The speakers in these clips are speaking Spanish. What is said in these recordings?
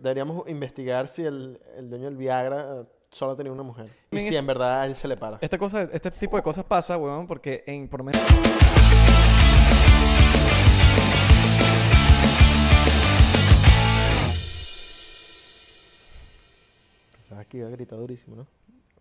deberíamos investigar si el, el dueño del Viagra eh, solo tenía una mujer. Y Miren, si en verdad a él se le para. Esta cosa, este tipo de cosas pasa, weón, porque en por lo menos- Pensaba que iba a gritar durísimo, ¿no?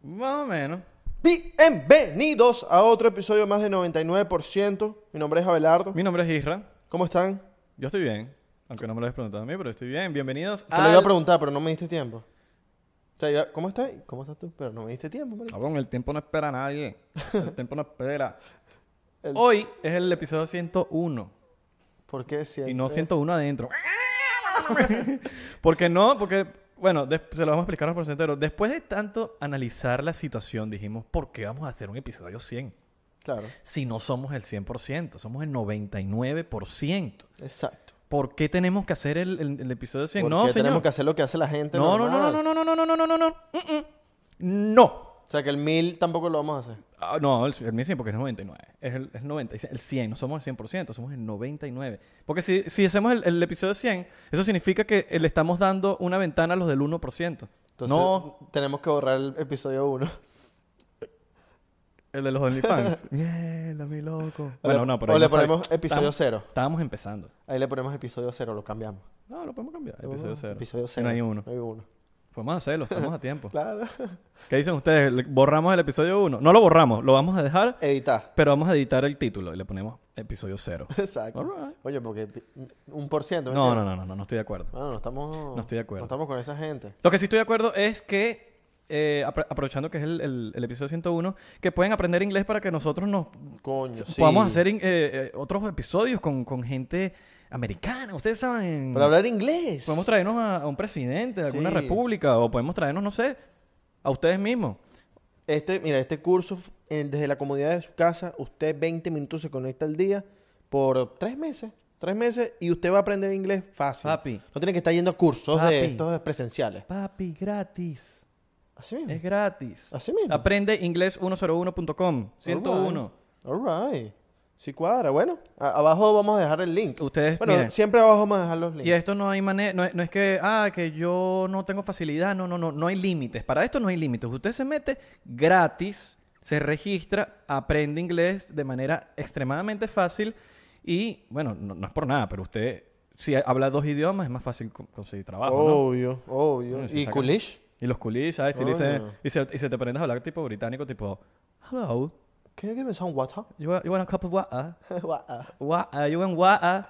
Más o menos. Bienvenidos a otro episodio más de 99%. Mi nombre es Abelardo. Mi nombre es Isra. ¿Cómo están? Yo estoy bien. Aunque no me lo hayas preguntado a mí, pero estoy bien. Bienvenidos Te lo iba a al- preguntar, pero no me diste tiempo. O sea, iba- ¿Cómo estás? ¿Cómo estás tú? Pero no me diste tiempo, marico. Cabrón, el tiempo no espera a nadie. El tiempo no espera. El- Hoy es el episodio 101. ¿Por qué? Y no siempre- 101 adentro. porque no, porque, bueno, des- se lo vamos a explicar a los porcenteros. Después de tanto analizar la situación, dijimos, ¿por qué vamos a hacer un episodio 100? Claro, Si no somos el 100%, somos el 99%. exacto. ¿Por qué tenemos que hacer el, el- el episodio 100? Porque No, señor. tenemos que hacer lo que hace la gente no, no, normal. no, no, no, no, no, no, no, no, no, no. Mm, mm. No. O sea, que el 1000 tampoco lo vamos a hacer. Ah, no, el, el mío 100 porque es 99. Es el es 90, es el 100, no somos el 100%, somos el 99. Porque si, si hacemos el, el episodio 100, eso significa que eh, le estamos dando una ventana a los del 1%. Entonces, no, tenemos que borrar el episodio 1. mm. el de los OnlyFans. Mierda, mi loco. Bueno, no, pero O ahí le no sabe- ponemos episodio estábamos- 0. Estábamos empezando. Ahí le ponemos episodio 0, lo cambiamos. Uh, No, lo podemos cambiar. Episodio 0. Episodio 0. No hay uno. No hay uno. Podemos hacerlo, estamos a tiempo. Claro. ¿Qué dicen ustedes? ¿Le- ¿Borramos el episodio 1? No lo borramos, lo vamos a dejar, Editar. pero vamos a editar el título y le ponemos episodio 0. Exacto. Alright. Oye, porque pi- un por ciento. ¿me No, no, entiendes? no, no, no, no estoy de acuerdo. Bueno, no estamos. No estoy de acuerdo. No estamos con esa gente. Lo que sí estoy de acuerdo es que, eh, apro- aprovechando que es el, el- el episodio 101, que pueden aprender inglés para que nosotros nos Coño. sí. podamos hacer in- eh, eh, otros episodios con, con gente americana. Ustedes saben. Para hablar inglés. Podemos traernos a, a un presidente de alguna Sí. república o podemos traernos, no sé, a ustedes mismos. Este, mira, este curso, eh, desde la comodidad de su casa, usted 20 minutos se conecta al día por tres meses. Tres meses y usted va a aprender inglés fácil. Papi. No tiene que estar yendo a cursos Papi. de estos presenciales. Papi, gratis. Así mismo. Es gratis. Así mismo. Aprende inglés 101.com. 101. All right. Sí cuadra. Bueno, a- abajo vamos a dejar el link. Ustedes, bueno, miren. siempre abajo vamos a dejar los links. Y esto no hay manera, no, es- no es que, ah, que yo no tengo facilidad, no, no, no, no hay límites. Para esto no hay límites. Usted se mete gratis, se registra, aprende inglés de manera extremadamente fácil y, bueno, no, no es por nada, pero usted, si habla dos idiomas, es más fácil co- conseguir trabajo. ¿no? obvio, obvio. Bueno, si ¿Y saca- Kulish? Y los culis, ¿sabes? Si Oh, dice- no. y, se, y se te aprendes a hablar tipo británico, tipo, hello, Can you give me some water? you want, you want a cup of water? Water. Water, you want water?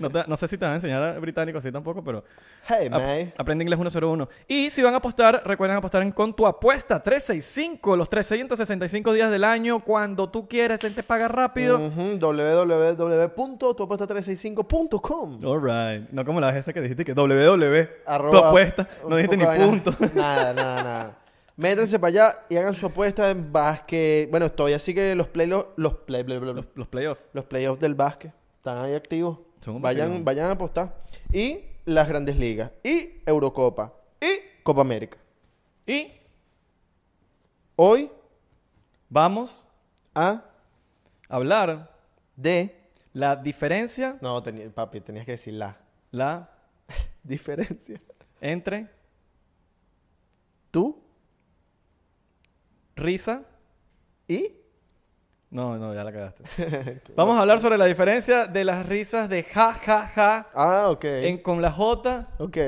No, te- no sé si te van a enseñar a británico así tampoco, pero... Hey, Ap- mate. Aprende inglés 101. Y si van a apostar, recuerden apostar en con tu apuesta 365, los 365 días del año, cuando tú quieras, él te paga rápido. Ujú, www.tuapuesta365.com All right. No como la esa que dijiste que www. Arroba tu apuesta. un No dijiste ni poco de vaina. punto. Nada, nada, nada. Métanse para allá y hagan su apuesta en básquet. Bueno, todavía sigue los play los, los play, play, play, Los, los playoffs. los playoffs del básquet. Están ahí activos. Son un Vayan, vacilón. vayan a apostar. Y las grandes ligas. Y Eurocopa. Y Copa América. Y Hoy vamos a a hablar de... la diferencia, No, tenía- papi, tenías que decir la la diferencia. entre Tú risa. y... No, no, ya la cagaste. Vamos a hablar sobre la diferencia de las risas de ja, ja, ja Ah, ok. en, con la J Ok.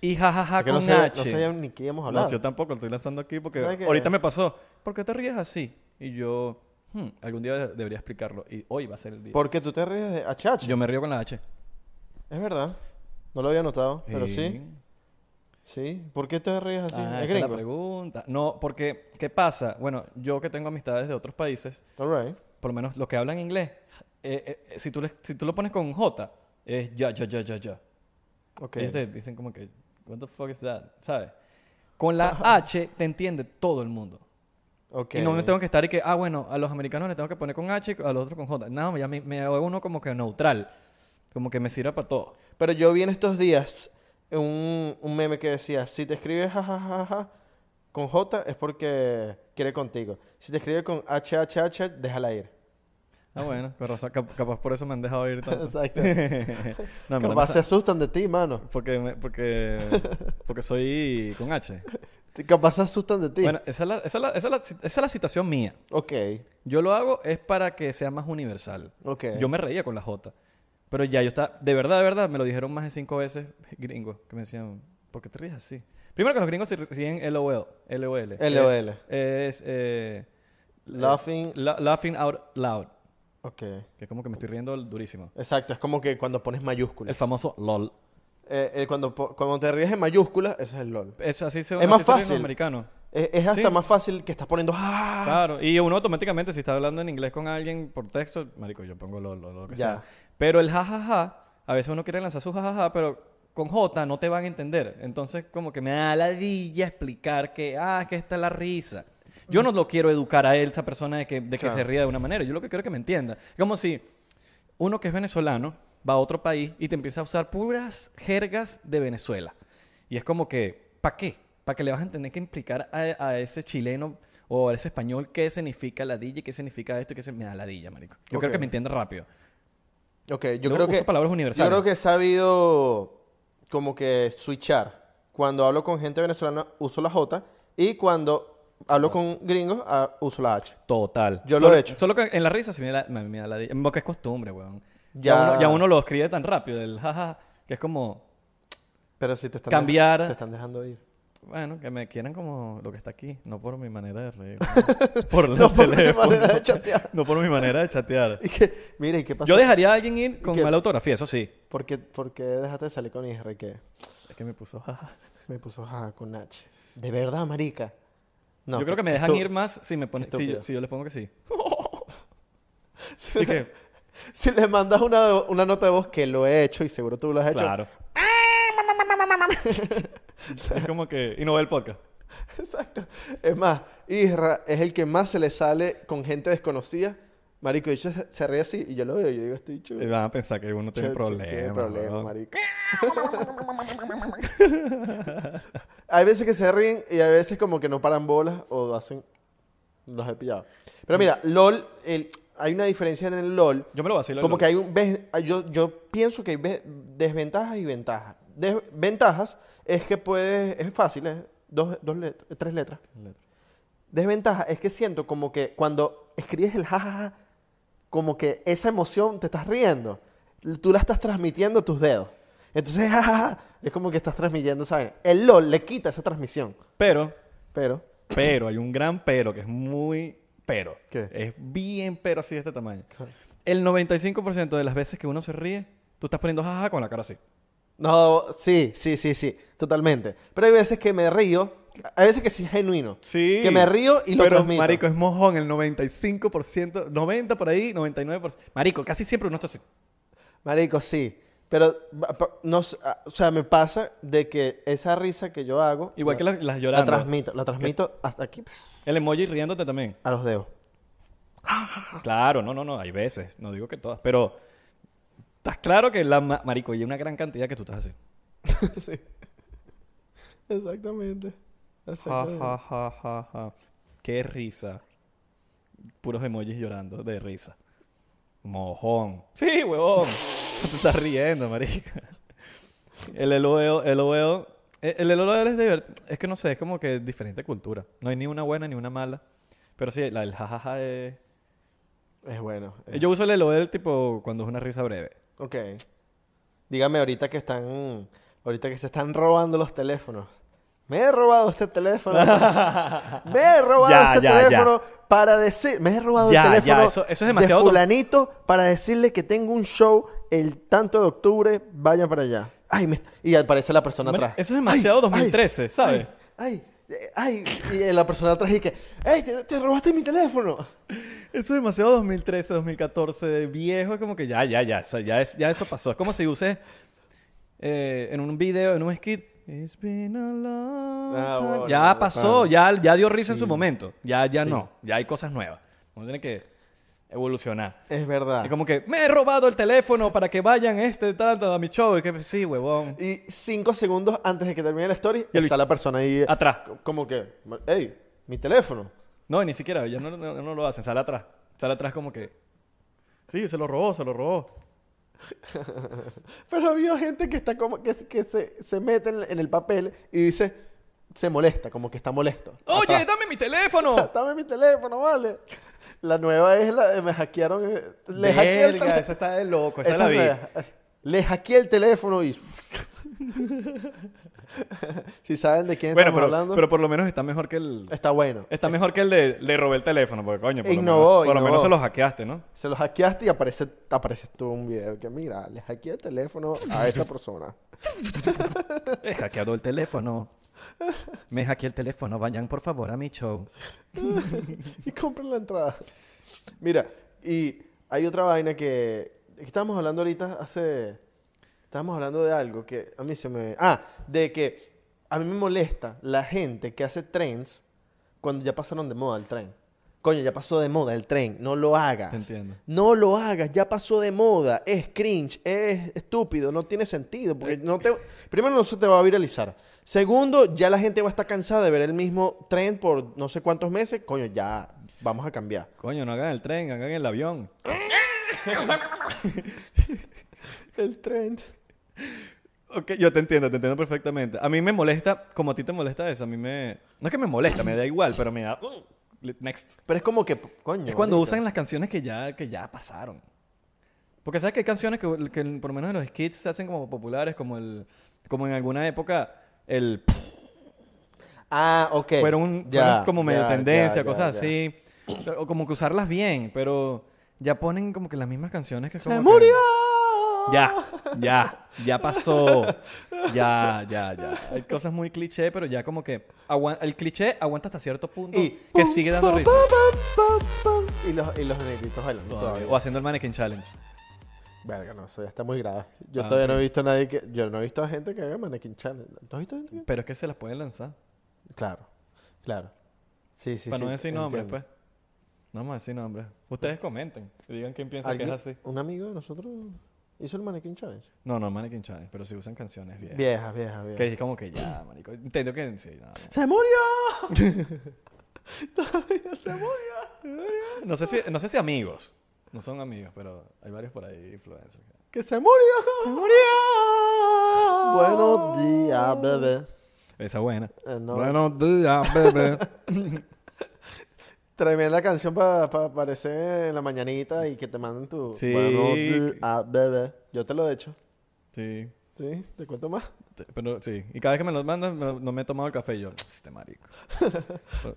y jajaja Es que con no sabía, H. no sabía ni qué íbamos a No, hablar. yo tampoco, lo estoy lanzando aquí porque ¿Sabes qué? ahorita me pasó. ¿Por qué te ríes así? Y yo, hmm, algún día debería explicarlo. Y hoy va a ser el día. Porque tú te ríes de HH. Yo me río con la H. Es verdad. No lo había notado, pero sí. Y- Sí. ¿Por qué te ríes así? Ah, es esa es la gringo. pregunta. No, porque, ¿qué pasa? Bueno, yo que tengo amistades de otros países, All right. por lo menos los que hablan inglés, eh, eh, si, tú les- si tú lo pones con J, es ya, ya, ya, ya, ya. Ok. Ellos te dicen como que, what the fuck is that? ¿Sabes? Con la H te entiende todo el mundo. Ok. Y no me tengo que estar y que, ah, bueno, a los americanos les tengo que poner con H, a los otros con J. No, ya me, me hago uno como que neutral. Como que me sirva para todo. Pero yo vi en estos días un, un meme que decía, si te escribes jajajaja con J es porque quiere contigo. Si te escribe con HHH, déjala ir. Ah, bueno, con razón, cap- capaz por eso me han dejado ir tanto. Exacto. no, en verdad me Capaz sa- se asustan de ti, mano. porque, me- porque, porque soy con H. Capaz se asustan de ti. Bueno, esa es, la, esa, es la, esa, es la, esa es la situación mía. Ok, Yo lo hago es para que sea más universal. ok. Yo me reía con la J. Pero ya yo estaba... De verdad, de verdad, me lo dijeron más de cinco veces gringos que me decían, ¿por qué te ríes así? Primero que los gringos se ríen LOL. LOL. que LOL. Es... eh, Laughing. la- laughing out loud. Ok. Que es como que me estoy riendo durísimo. Exacto, es como que cuando pones mayúsculas. El famoso LOL. Eh, eh, cuando, po- cuando te ríes en mayúsculas, ese es el LOL. Es así se Es más así se ríen los fácil. americanos. Es, es hasta Sí. más fácil que estás poniendo ¡ah! Claro, y uno automáticamente, si está hablando en inglés con alguien por texto, marico, yo pongo lo, lo, lo que Ya. sea. Pero el jajaja, a veces uno quiere lanzar su jajaja, pero con J no te van a entender. Entonces, como que me da ladilla explicar que, ah, que esta es la risa. Yo no lo quiero educar a él, esa persona, de que, de que Claro. se ría de una manera. Yo lo que quiero es que me entienda. Es como si uno que es venezolano va a otro país y te empieza a usar puras jergas de Venezuela. Y es como que, ¿para qué? ¿Para que le vas a tener que implicar a, a ese chileno o a ese español qué significa ladilla y qué significa esto y qué se me da ladilla, marico? Yo creo Ok. que me entienda rápido. Ok, yo Luego creo que. uso palabras Yo universales. creo que he sabido como que switchar. Cuando hablo con gente venezolana, uso la J. Y cuando hablo con gringos, ah, uso la H. Total. Yo lo solo, he hecho. Solo que en la risa sí me da, me, me da ladilla. Porque es costumbre, weón. Ya. Ya, uno, ya uno lo escribe tan rápido, el jaja, que es como, Pero si te están, Cambiar. te están dejando ir. bueno, que me quieran como lo que está aquí, no por mi manera de reír. weón. por el No por mi teléfono. manera de chatear. No por mi manera de chatear. Y que, mira, ¿y qué pasó? Yo dejaría a alguien ir con ¿Qué? mala autografía, eso sí. ¿Por, qué, por qué dejaste de salir con IR? Que Es que me puso jaja. me puso ja con H. ¿De verdad, marica? No, pues, yo creo que me dejan ir más si me ponen, si, yo- estúpido. si yo les pongo que sí. Si, ¿Y qué? si le mandas una, una nota de voz que lo he hecho y seguro tú lo has hecho. Claro. es como que... Y no ve el podcast. Exacto. Es más, Isra es el que más se le sale con gente desconocida. Marico, y ella se- se ríe así y yo lo veo. Yo digo, este dicho. Y van a pensar que uno Eh, tiene problemas. Tiene weón. problemas, marico. hay veces que se ríen y hay veces como que no paran bolas o hacen. Los he pillado. Pero Mm. mira, LOL, el- hay una diferencia en el LOL. Yo me lo vacilo. el Como loco. que hay un. ves- Yo, yo pienso que hay ve- desventajas y ventajas. Desventajas es que puedes. Es fácil, ¿eh? Dos, dos let- tres letras. Desventaja es que siento como que cuando escribes el jajaja, como que esa emoción te estás riendo. Tú la estás transmitiendo a tus dedos. Entonces, jajaja, es como que estás transmitiendo, ¿saben? El LOL le quita esa transmisión. Pero, Pero, pero, hay un gran pero que es muy pero. ¿Qué? Es bien pero así de este tamaño. El 95% de las veces que uno se ríe, tú estás poniendo jaja con la cara así. no, sí, sí, sí, sí, totalmente. Pero hay veces que me río, hay veces que sí es genuino. Sí. Que me río y lo Pero, transmito. marico, es mojón. El 95%, 90 por ahí, 99%. Marico, casi siempre uno está así. Marico, sí. Pero, pa- pa- no, sé, ah, o sea, me pasa de que esa risa que yo hago... Igual la- que las, las La llorando. transmito, la transmito hasta aquí, El emoji riéndote también. a los dedos. Claro, no, no, no. Hay veces. No digo que todas. Pero estás claro que la... ma- Marico, y hay una gran cantidad que tú estás así. Exactamente. Ja, ja, ja, ja, ja. Qué risa. Puros emojis llorando de risa. Mojón. Sí, huevón. Te estás riendo, marica. El LOL, el LOL, eh, el LOL es divertido. Es que no sé, es como que diferente cultura. No hay ni una buena ni una mala. Pero sí, la del jajaja es... Es bueno. es- Eh, Yo uso el LOL tipo cuando es una risa breve. Ok. Dígame ahorita que están. Ahorita que se están robando los teléfonos. Me he robado este teléfono. me he robado Ya, este ya, ya. teléfono para decir. Me he robado Ya, el ya, teléfono. eso- eso es demasiado De auto- fulanito para decirle que tengo un show el tanto de octubre. Vayan para allá. Ay, me- y aparece la persona Bueno, atrás. eso es demasiado Ay, 2013, ay, ¿sabes? Ay, eh, ay, Y la persona atrás y que. ¡Ey, te, te robaste mi teléfono! Eso es demasiado 2013, 2014, de viejo, es como que ya, ya, ya, o sea, ya, es, ya eso pasó. Es como si uses eh, en un video, en un skit. It's been a long Ah, time. bueno, ya bueno, pasó, pan. ya, ya dio risa en su Sí. momento. Ya, ya Sí. no, ya hay cosas nuevas. Uno tiene que evolucionar. Es verdad. Es como que me he robado el teléfono para que vayan este tanto a mi show. Y que sí, huevón. Y cinco segundos antes de que termine la story, Y el está bicho. la persona ahí. Atrás. co- Como que, hey, mi teléfono. No, ni siquiera, ya no, no, no lo hacen, sale atrás. Sale atrás como que. Sí, se lo robó, se lo robó. Pero ha habido gente que está como que, que se, se mete en, en el papel y dice, se molesta, como que está molesto. ¡Oye, Papá, dame mi teléfono! dame mi teléfono, vale. La nueva es la me hackearon. eh, Le hackeé el Verga, teléfono. esa está de loco, esa, Esa la es vi. nueva. Le hackeé el teléfono y. si saben de quién Bueno, estamos pero, hablando, pero por lo menos está mejor que el... está bueno. Está mejor que el de le robé el teléfono, porque coño, por, Innovó, lo, menos, por lo innovó. menos se lo hackeaste, ¿no? Se los hackeaste y aparece, aparece tú un video que mira, le hackeé el teléfono a esta persona. He hackeado el teléfono. Me hackeé el teléfono, vayan por favor a mi show. y compren la entrada. Mira, y hay otra vaina que, que estábamos hablando ahorita hace... Estábamos hablando de algo que a mí se me... Ah, de que a mí me molesta la gente que hace trends cuando ya pasaron de moda el tren. Coño, ya pasó de moda el tren, no lo hagas. Te entiendo. No lo hagas, ya pasó de moda, es cringe, es estúpido, no tiene sentido. Porque no te, primero, no se te va a viralizar. Segundo, ya la gente va a estar cansada de ver el mismo tren por no sé cuántos meses. Coño, ya vamos a cambiar. Coño, no hagan el tren, hagan el avión. El tren. Ok, yo te entiendo, te entiendo perfectamente. A mí me molesta, como a ti te molesta eso, a mí me... No es que me molesta, me da igual, pero me da... Next. Pero es como que, coño. Es cuando marico. usan las canciones que ya, que ya pasaron. Porque sabes que hay canciones que, que por lo menos en los skits se hacen como populares, como el como en alguna época el Ah, ok. fueron, un- Ya, fueron como medio ya, tendencia, ya, ya, cosas ya. así. O sea, O como que usarlas bien, pero ya ponen como que las mismas canciones que ¡Se como que- murió! Ya, ya, ya pasó. Ya, ya, ya. Hay cosas muy cliché, pero ya como que aguan- el cliché aguanta hasta cierto punto Y que sigue dando risa. Y los, y los negritos bailando todavía. O haciendo el mannequin challenge. Verga, no, eso ya está muy grave. Yo Ah, todavía no ok. he visto a nadie que. Yo no he visto a gente que haga mannequin challenge. ¿Tú has visto gente que- Pero es que se las pueden lanzar. Claro, claro. Sí, sí, Para sí. no decir nombres, entiendo. pues. No vamos a decir nombres. Ustedes comenten. y Digan quién piensa que ¿Alguien- es así. Un amigo de nosotros hizo el mannequin challenge. No, no, Mannequin Challenge, pero si usan canciones viejas. Vieja, vieja, vieja. Que es como que ya, marico. Entiendo que sí, no, no. ¡Se murió! Todavía se murió. No sé si, no sé si amigos. No son amigos, pero hay varios por ahí influencers. ¡Que se murió! ¡Se murió! Buenos días, bebé. Esa buena. Eh, no. Buenos días, bebé. Tremenda canción para aparecer en la mañanita y que te manden tu. Sí. Buenos días, bebé. Yo te lo he hecho. sí. ¿Sí? ¿Te cuento más? Te- Pero sí, y cada vez que me los mandan, me lo- no me he tomado el café. y Yo, este marico. Pero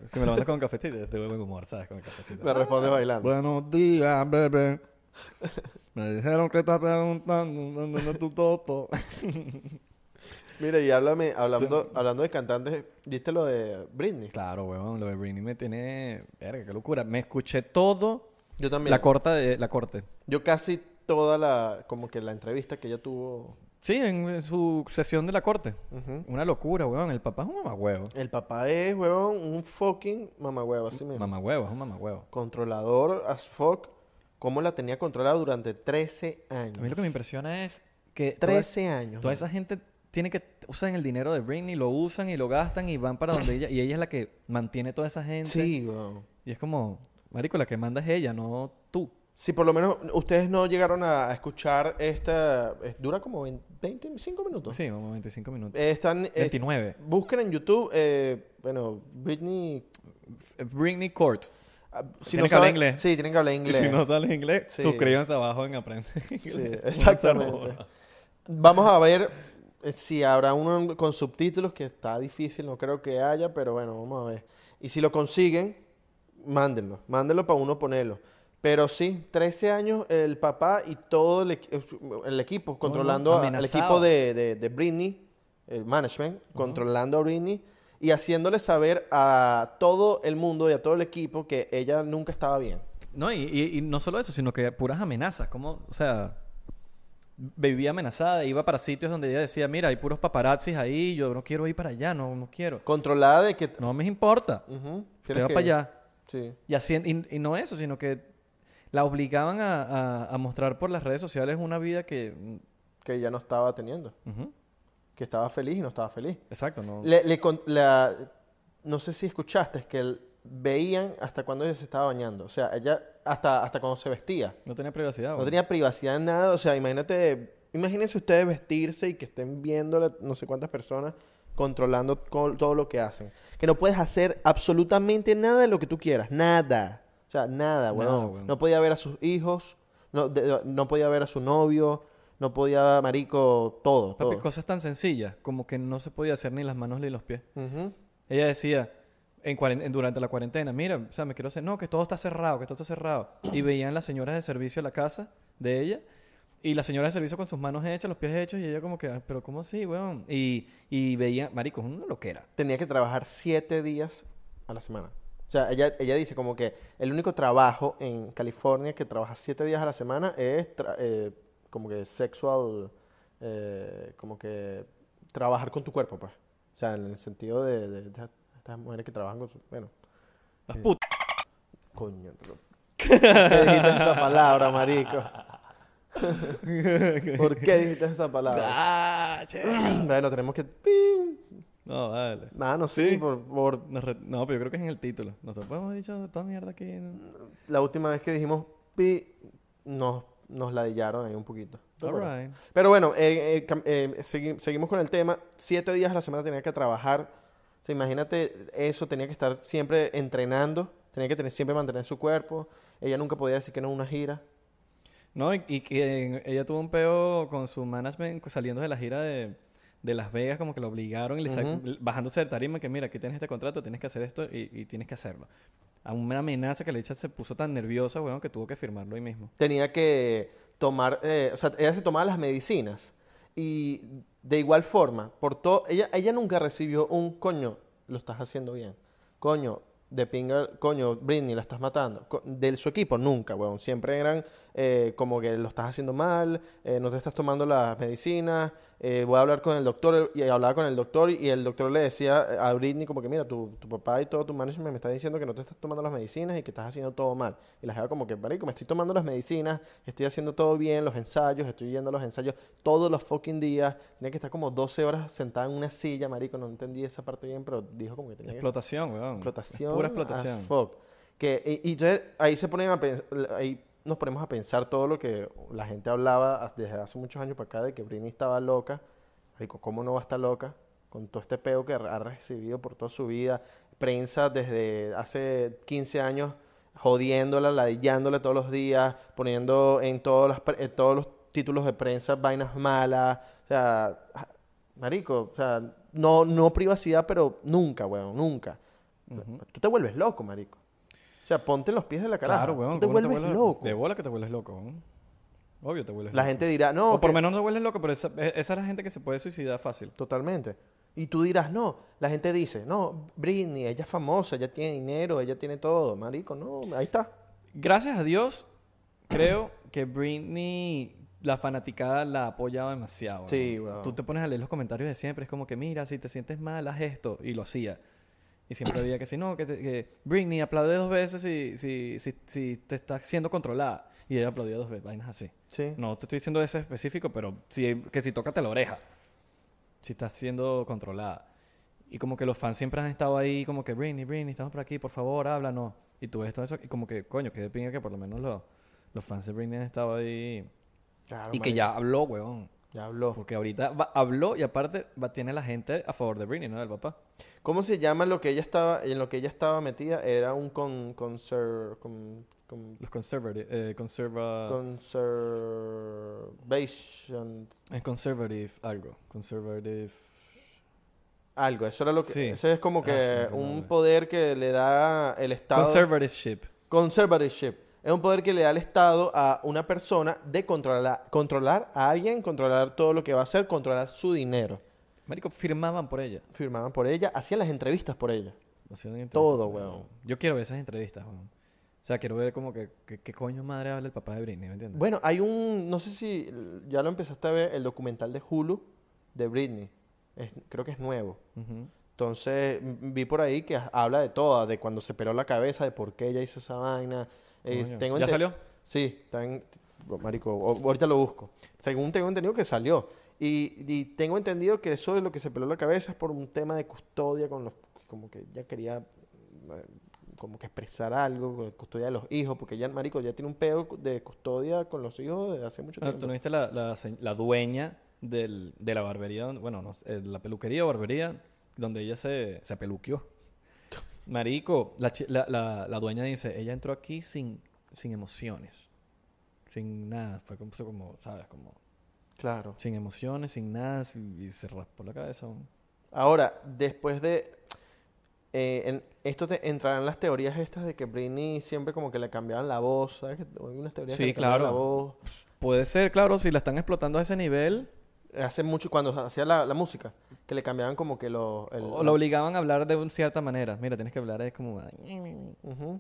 si me lo mandas con café, te te devuelvo el humor, ¿sabes? Con el cafecito. Me respondes bailando. Buenos días, bebé. Me dijeron que estás preguntando dónde está tu toto. Mira, y háblame, hablando, hablando de cantantes, ¿viste lo de Britney? Claro, weón, lo de Britney me tiene. Verga, qué locura. Me escuché todo. Yo también. La corta de la corte. Yo casi toda la, como que la entrevista que ella tuvo, Sí, en en su sesión de la corte. Una locura, weón. El papá es un mamagüevo. el papá es, huevón, un fucking mamagüevo, así mismo. Mamagüevo, es un mamagüevo. Controlador as fuck, cómo la tenía controlada durante 13 años. A mí lo que me impresiona es que. toda- 13 años. Toda ¿no? esa gente tiene que usan el dinero de Britney, lo usan y lo gastan y van para donde ella y ella es la que mantiene toda esa gente. Sí, huevón. Y es como, marico, la que manda es ella, no tú. Si por lo menos ustedes no llegaron a escuchar esta, es- dura como 20, 25 minutos. Sí, vamos 25 minutos. Eh, están, eh, 29. busquen en YouTube, eh, bueno, Britney Eh, Britney Court. Ah, Si Tienen no que hablar saben- inglés. Sí, tienen que hablar inglés. Y si no sale inglés, Sí. suscríbanse abajo en Aprende Inglés. Sí, Una exactamente. zarbola. Vamos a ver eh, si habrá uno con subtítulos, que está difícil, no creo que haya, pero bueno, vamos a ver. Y si lo consiguen, mándenlo, mándenlo para uno ponerlo. Pero sí, 13 años el papá y todo el, equi- eh, el equipo, controlando a- al amenazado. equipo de, de, de Britney, el management, controlando a Britney y haciéndole saber a todo el mundo y a todo el equipo que ella nunca estaba bien. No, y, y- y no solo eso, sino que puras amenazas. Como, o sea, vivía amenazada, iba para sitios donde ella decía, mira, hay puros paparazzis ahí, yo no quiero ir para allá, no, no quiero. Controlada de que... No me importa. Ujú, Te tienes va que para ir. allá. Sí. Y, así, y, y no eso, sino que la obligaban a, a- a mostrar por las redes sociales una vida que... mm, que ya no estaba teniendo. ujú, Que estaba feliz y no estaba feliz. exacto, no... Le, le con- la- no sé si escuchaste, es que el- veían hasta cuando ella se estaba bañando. O sea, ella hasta, hasta cuando se vestía. No tenía privacidad. No bueno. tenía privacidad, nada. O sea, imagínate, imagínense ustedes vestirse y que estén viendo la- no sé cuántas personas controlando co- todo lo que hacen. Que no puedes hacer absolutamente nada de lo que tú quieras. Nada. O sea, nada, weón. Nada, weón. No podía ver a sus hijos, no, de- no podía ver a su novio, no podía, marico, todo. Papi, todo. cosas tan sencillas como que no se podía hacer ni las manos ni los pies. Ujú. Ella decía en cuaren- en- durante la cuarentena, mira, o sea, me quiero hacer, no, que todo está cerrado, que todo está cerrado. Y veían las señoras de servicio a la casa de ella y las señoras de servicio con sus manos hechas, los pies hechos y ella como que, "Ah, pero ¿cómo así, weón? Y, y veía, marico, es una loquera. tenía que trabajar siete días a la semana. O sea, ella, ella dice como que el único trabajo en California que trabaja siete días a la semana es tra- eh, como que sexual, eh, como que trabajar con tu cuerpo, pues. O sea, en el sentido de, de- de estas mujeres que trabajan con su... Bueno, Las Sí. putas. coño. pero- ¿Por qué dijiste esa palabra, marico? ¿Por qué dijiste esa palabra? Ah, che. bueno, tenemos que... ¡Ping! No, vale. Mano, sí, Sí. por- por Nos re- No, pero yo creo que es en el título. Nosotros hemos dicho toda mierda aquí. ¿no? La última vez que dijimos pi, nos, nos ladillaron ahí un poquito. ¿Te All acuerdas? right. Pero bueno, eh, eh, cam- eh, segui- seguimos con el tema. Siete días a la semana tenía que trabajar. O sea, imagínate eso, tenía que estar siempre entrenando, tenía que tener, siempre mantener su cuerpo. Ella nunca podía decir que no a una gira. No, y, y que en- ella tuvo un peo con su management saliendo de la gira de, de Las Vegas, como que lo obligaron y le sa- Ujú. bajándose de tarima, que mira, aquí tienes este contrato, tienes que hacer esto y, y tienes que hacerlo. A una amenaza que le echa se puso tan nerviosa, weón, que tuvo que firmarlo ahí mismo. Tenía que tomar, eh, o sea, ella se tomaba las medicinas. Y de igual forma, por todo, ella, ella nunca recibió un coño, lo estás haciendo bien. Coño, de pinga, coño, Britney, la estás matando. Co- de su equipo, nunca, weón. Siempre eran eh, como que lo estás haciendo mal, eh, no te estás tomando las medicinas, eh, voy a hablar con el doctor. Y hablaba con el doctor y el doctor le decía a Britney como que, mira, tu, tu papá y todo tu management me está diciendo que no te estás tomando las medicinas y que estás haciendo todo mal. Y la jeva como que, marico, me estoy tomando las medicinas, estoy haciendo todo bien, los ensayos, estoy yendo a los ensayos todos los fucking días. Tenía que estar como 12 horas sentada en una silla, marico. No entendí esa parte bien, pero dijo como que tenía que Explotación, weón. explotación. Es pura as explotación. fuck. Que, y, y entonces ahí se ponen a pens- ahí nos ponemos a pensar todo lo que la gente hablaba as- desde hace muchos años para acá de que Britney estaba loca. Marico, ¿cómo no va a estar loca? Con todo este peo que ha recibido por toda su vida. Prensa desde hace 15 años jodiéndola, ladillándola todos los días, poniendo en todos, las, pre- en todos los títulos de prensa vainas malas. O sea, ja- marico, o sea, no, no privacidad, pero nunca, weón, nunca. Tú te vuelves loco, marico. O sea, ponte en los pies de la caraja. Claro, weón. Tú te ¿cómo no vuelves loco. De bola que te vuelves loco, weón. Obvio te vuelves La loco. gente dirá, no, o por que- lo menos no te vuelves loco, pero esa, e- esa es la gente que se puede suicidar fácil. Totalmente. Y tú dirás, no. La gente dice, no, Britney, ella es famosa, ella tiene dinero, ella tiene todo. Marico, no, ahí está. Gracias a Dios, creo que Britney, la fanaticada, la ha apoyado demasiado. ¿no? Sí, weón. Tú te pones a leer los comentarios de siempre, es como que mira, si te sientes mal, haz esto. Y lo hacía. Y siempre había que si no, que, te- que Britney aplaude dos veces si, si, si, si te estás siendo controlada. Y ella aplaudía dos veces, vainas así. Sí. No te estoy diciendo ese específico, pero si, que si tócate la oreja. Si estás siendo controlada. Y como que los fans siempre han estado ahí, como que Britney, Britney, estamos por aquí, por favor, háblanos. Y tú ves todo eso, y como que, coño, que de pinga que por lo menos los, los fans de Britney han estado ahí. Claro, y que marico. ya habló, weón. Ya habló. Porque ahorita va- habló y aparte va, tiene a la gente a favor de Britney, ¿no? Del papá. ¿Cómo se llama lo que ella estaba, en lo que ella estaba metida? Era un con, conser, con, con- Los conservative, eh, conserva... conservation, es conservative algo. Conservative... algo. Eso era lo que, Sí. eso es como Ah, que se me fue el un nombre. poder que le da el Estado. Conservativeship. Conservatorship es un poder que le da al Estado a una persona de controlar, controlar a alguien, controlar todo lo que va a hacer, controlar su dinero. Marico, firmaban por ella. Firmaban por ella, hacían las entrevistas por ella. Haciendo entrevistas Todo, con ella, weón. Yo quiero ver esas entrevistas, weón. O sea, quiero ver como que, que- qué coño madre habla el papá de Britney, ¿me entiendes? Bueno, hay un, no sé si ya lo empezaste a ver, el documental de Hulu de Britney. Es- creo que es nuevo. Ujú. Entonces m- vi por ahí que habla de todo, de cuando se peló la cabeza, de por qué ella hizo esa vaina. Eh, Coño. tengo ¿Ya ente- salió? Sí, está en- oh, Marico, o- ahorita lo busco. Según tengo entendido que salió. Y, y tengo entendido que eso de lo que se peló la cabeza es por un tema de custodia con los... Como que ella quería... eh, como que expresar algo con la custodia de los hijos, porque ya el marico ya tiene un pedo de custodia con los hijos desde hace mucho Ah, tiempo. ¿Tú no viste la, la se- la dueña del- de la barbería? donde- Bueno, no, sé, eh, la peluquería o barbería donde ella se, se peluqueó. Marico, la, chi- la- la- la dueña dice, ella entró aquí sin, sin emociones. Sin nada. Fue como, fue como, ¿sabes? Como Claro. sin emociones, sin nada. sin- Y, se raspó la cabeza. weón. Ahora, después de... eh, en- esto te entrarán las teorías estas de que Britney siempre como que le cambiaban la voz, ¿sabes? Que Hay unas teorías que Sí, le cambiaban claro. la voz. Puede ser, claro, si la están explotando a ese nivel. Hace mucho, cuando hacía la, la música, que le cambiaban como que lo... el- o la obligaban a hablar de una cierta manera. Mira, tienes que hablar, es como... Ujú.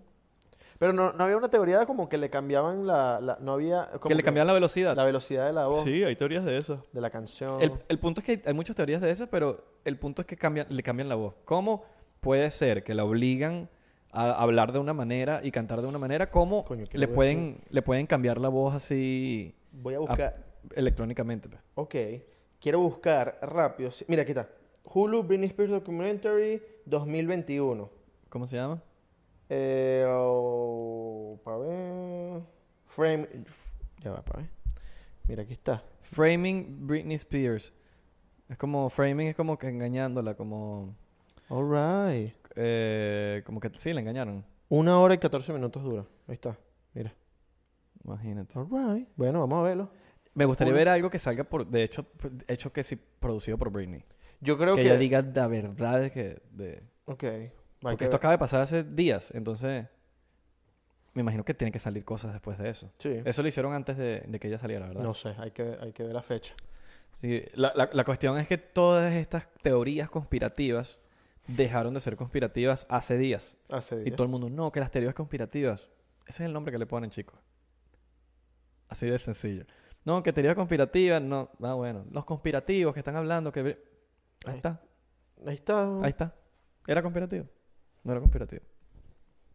Pero no, no había una teoría de como que le cambiaban la... la- no había... como que le cambiaban la velocidad. la velocidad de la voz, Sí, hay teorías de eso. de la canción. El, el punto es que hay, hay muchas teorías de esas, pero el punto es que cambian, le cambian la voz. ¿Cómo puede ser que la obligan a hablar de una manera y cantar de una manera? ¿Cómo Coño, quiero le, ver pueden, le pueden cambiar la voz así Voy a a- buscar... electrónicamente? pues? Ok. Quiero buscar rápido. si- Mira, aquí está. Hulu Britney Spears Documentary 2021. ¿Cómo se llama? Eh, oh, pa' ver. Frame. Ya va, para ver. Mira, aquí está. Framing Britney Spears. Es como, framing es como que engañándola, como... All right. eh, como que sí, la engañaron. Una hora y 14 minutos dura. Ahí está. Mira. Imagínate. All right. Bueno, vamos a verlo. Me gustaría Uno- ver algo que salga por, de hecho, por- hecho que sí, producido por Britney. Yo creo que, que. ella diga la verdad de que... de- Ok. hay Porque que esto ver. acaba de pasar hace días, entonces me imagino que tiene que salir cosas después de eso. Sí. Eso lo hicieron antes de, de que ella saliera, ¿verdad? No sé, hay que, hay que ver la fecha. Sí, la, la- la cuestión es que todas estas teorías conspirativas dejaron de ser conspirativas hace días. Hace Y días. todo el mundo, no, que las teorías conspirativas. Ese es el nombre que le ponen, chicos. Así de sencillo. No, que teoría conspirativa, no. Ah, bueno. Los conspirativos que están hablando, que... Ahí Ahí- está. Ahí está. Ahí está. ¿Era conspirativo? No era conspirativo.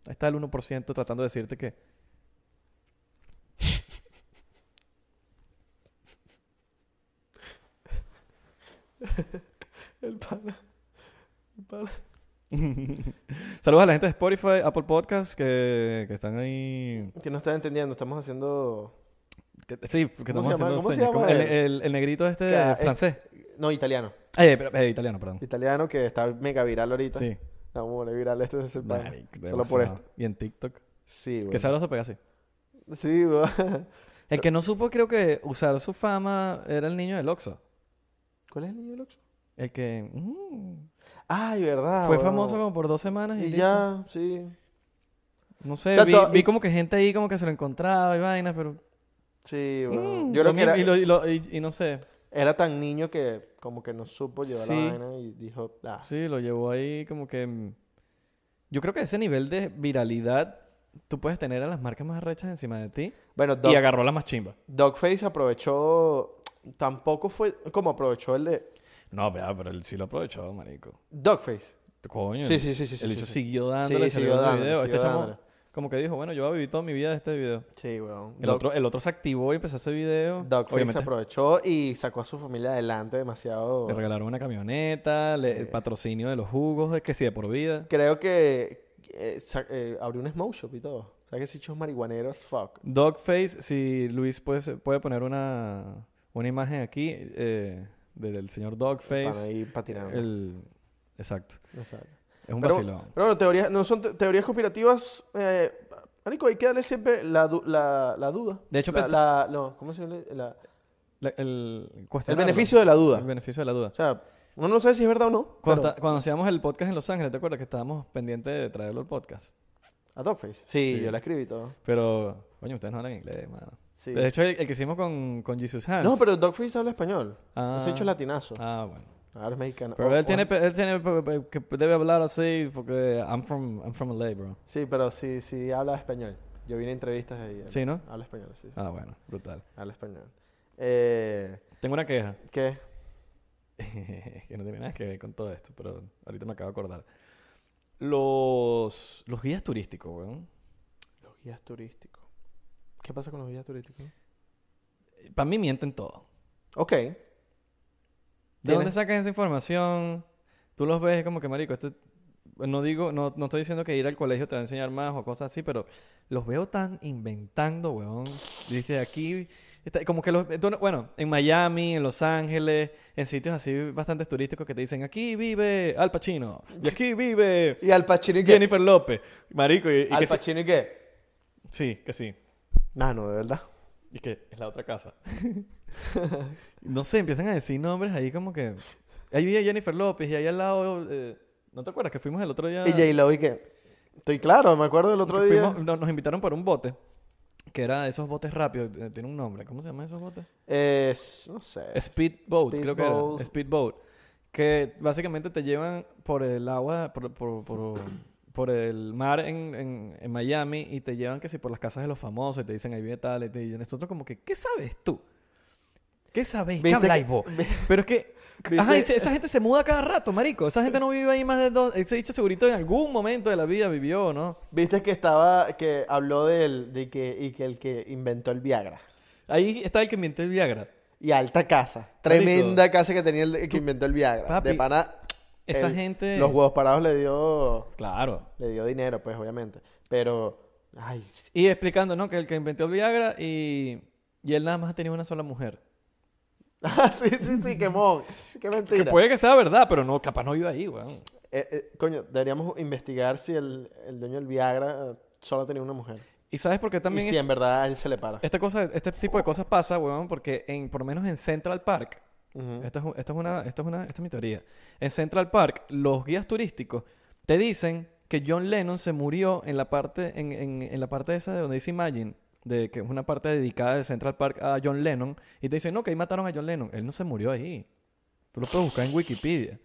Ahí está el 1% tratando de decirte que... El pana. El pana. Saludos a la gente de Spotify, Apple Podcasts, que, que están ahí... Que no estás entendiendo, estamos haciendo. que- sí, porque ¿Cómo estamos se llama- haciendo cómo se señas, llama eh. como el, él? el- el negrito este Ca- es- francés. No, italiano. Eh, pero- eh, italiano, perdón. Italiano que está mega viral ahorita. Sí. No, mole, viral este es el pan. Marico, Solo por demasiado. esto. Y en TikTok. Sí, güey. Que sabroso pega así. Sí, güey. El que no supo, creo que usar su fama era el niño del Oxxo. ¿Cuál es el niño del Oxxo? El que... mm, Ay, verdad. fue weón. famoso como por dos semanas y, Ah, Y listo. ya, sí. No sé, O sea, vi, todo- vi y- como que gente ahí como que se lo encontraba y vainas, pero... Sí, weón. Yo mm, creo lo que mismo, era, Y, lo- y lo- y- y no sé, era tan niño que como que no supo llevar Sí. la vaina y dijo, ah, sí, lo llevó ahí como que... mm, Yo creo que ese nivel de viralidad, tú puedes tener a las marcas más arrechas encima de ti Bueno, y Dog- agarró la más chimba. Dogface aprovechó... Tampoco fue como aprovechó el de... No, pero, pero él sí lo aprovechó, marico. Dogface. Coño. Sí, sí, sí, sí, sí, El sí, hecho sí. siguió Sí, siguió dándole, siguió dándole, dándole, video. siguió este chamo dándole. como que dijo, bueno, yo voy a vivir toda mi vida de este video. Sí, weón. El, Dog- otro, el otro se activó y empezó a hacer video. Dogface Obviamente aprovechó y sacó a su familia adelante demasiado... Le regalaron una camioneta, le- Sí. el patrocinio de los jugos, de que sí, de por vida. Creo que eh, sa- eh, abrió un smoke shop y todo. O sea, que si chos marihuaneros, fuck. Dogface, si Luis puede, ser- puede poner una, una imagen aquí eh, de- del señor Para Dogface. ir patinando. Pues, El, exacto. Exacto. Es un Pero- vacilón. Pero bueno, teorías, no son te- teorías conspirativas. Eh, marico, hay que darle siempre la, du- la, la duda. De hecho, la, pens- la- no, ¿cómo se llama? La- La- el, el cuestionarlo. beneficio de la duda. El beneficio de la duda. O sea, uno no sabe si es verdad o no. Cuando, pero- está- cuando hacíamos el podcast en Los Ángeles, ¿te acuerdas que estábamos pendientes de traerlo al podcast? A Dogface. Sí, Sí. yo la escribí y todo. Pero... Pero, coño, ustedes no hablan inglés, mano. Sí. De hecho, el, el que hicimos con, con Jesus Hans. No, pero Dogface habla español. Ah. Ese hecho es latinazo. Ah, bueno. Ahora es mexicano. Oh, Pero O- él, o- tiene, pe- él tiene pe- pe- que debe hablar así porque I'm from, I'm from LA, bro. Sí, pero sí, sí habla español. Yo vi en entrevistas ahí. Sí, ¿no? Habla español, sí. sí. Ah, bueno, brutal. Habla español. Eh, Tengo una queja ¿Qué? que no tiene nada que ver con todo esto, pero ahorita me acabo de acordar. Los, los guías turísticos, weón. Los guías turísticos. ¿Qué pasa con los guías turísticos? Para mí mienten todo. Ok. ¿De dónde Tienes- sacan esa información? Tú los ves como que, marico, este No digo, no, no estoy diciendo que ir al colegio te va a enseñar más o cosas así, pero los veo tan inventando, weón. Dice aquí, está- como que los, tú no- bueno, en Miami, en Los Ángeles, en sitios así bastante turísticos que te dicen, aquí vive Al Pacino, y aquí vive Y Al Pacino y qué. Jennifer López, marico, y, y Al que sí- Pacino y qué. sí, que sí. Nah, no, de verdad. Y que es la otra casa. no sé, empiezan a decir nombres ahí como que... Ahí vi a Jennifer López y ahí al lado... eh, ¿No te acuerdas que fuimos el otro día? Y J-Lo y qué. Estoy claro, me acuerdo del otro que día. Ah. fuimos- no, nos invitaron para un bote. Que era de esos botes rápidos. eh, Tiene un nombre. ¿Cómo se llaman esos botes? Es, no sé. Speedboat, creo que Speedboat. era. Speedboat. Que básicamente te llevan por el agua, por, por- por- por el mar en, en- en Miami y te llevan que si por las casas de los famosos y te dicen ahí viene tal. Y, te, y nosotros como que, ¿qué sabes tú? ¿Qué sabéis? ¿Qué ¿Viste habláis que- vos? Pero es que... ¿Viste? Ajá, y se- esa gente se muda cada rato, marico. Esa gente no vive ahí más de dos... Ese dicho segurito en algún momento de la vida vivió, ¿no? Viste que estaba, que habló del, de que, y que el que inventó el Viagra. Ahí está el que inventó el Viagra. Y alta casa. Tremenda casa que tenía el el que inventó el Viagra. Papi, de pana. esa el- gente- Los huevos parados le dio. Claro. Le dio dinero, pues, obviamente. Pero. Ay, sí. Y explicando, ¿no? Que el que inventó el Viagra y, y él nada más ha tenido una sola mujer. Ah, sí, sí, sí, qué mon. Qué mentira. Que puede que sea verdad, pero no, capaz no iba ahí, weón. Eh, eh, coño, deberíamos investigar si el, el dueño del Viagra eh, solo tenía una mujer. ¿Y sabes por qué también y si en verdad a él se le para. esta cosa, este tipo de cosas pasa, weón? Porque en, por lo menos en Central Park, Ujú. esta es, un- esta es una, esta es una, esta es mi teoría. En Central Park, los guías turísticos te dicen que John Lennon se murió en la parte, en, en- en la parte esa de donde dice Imagine, de que es una parte dedicada de Central Park a John Lennon, y te dicen, no, que ahí mataron a John Lennon. Él no se murió ahí. Tú lo puedes buscar en Wikipedia.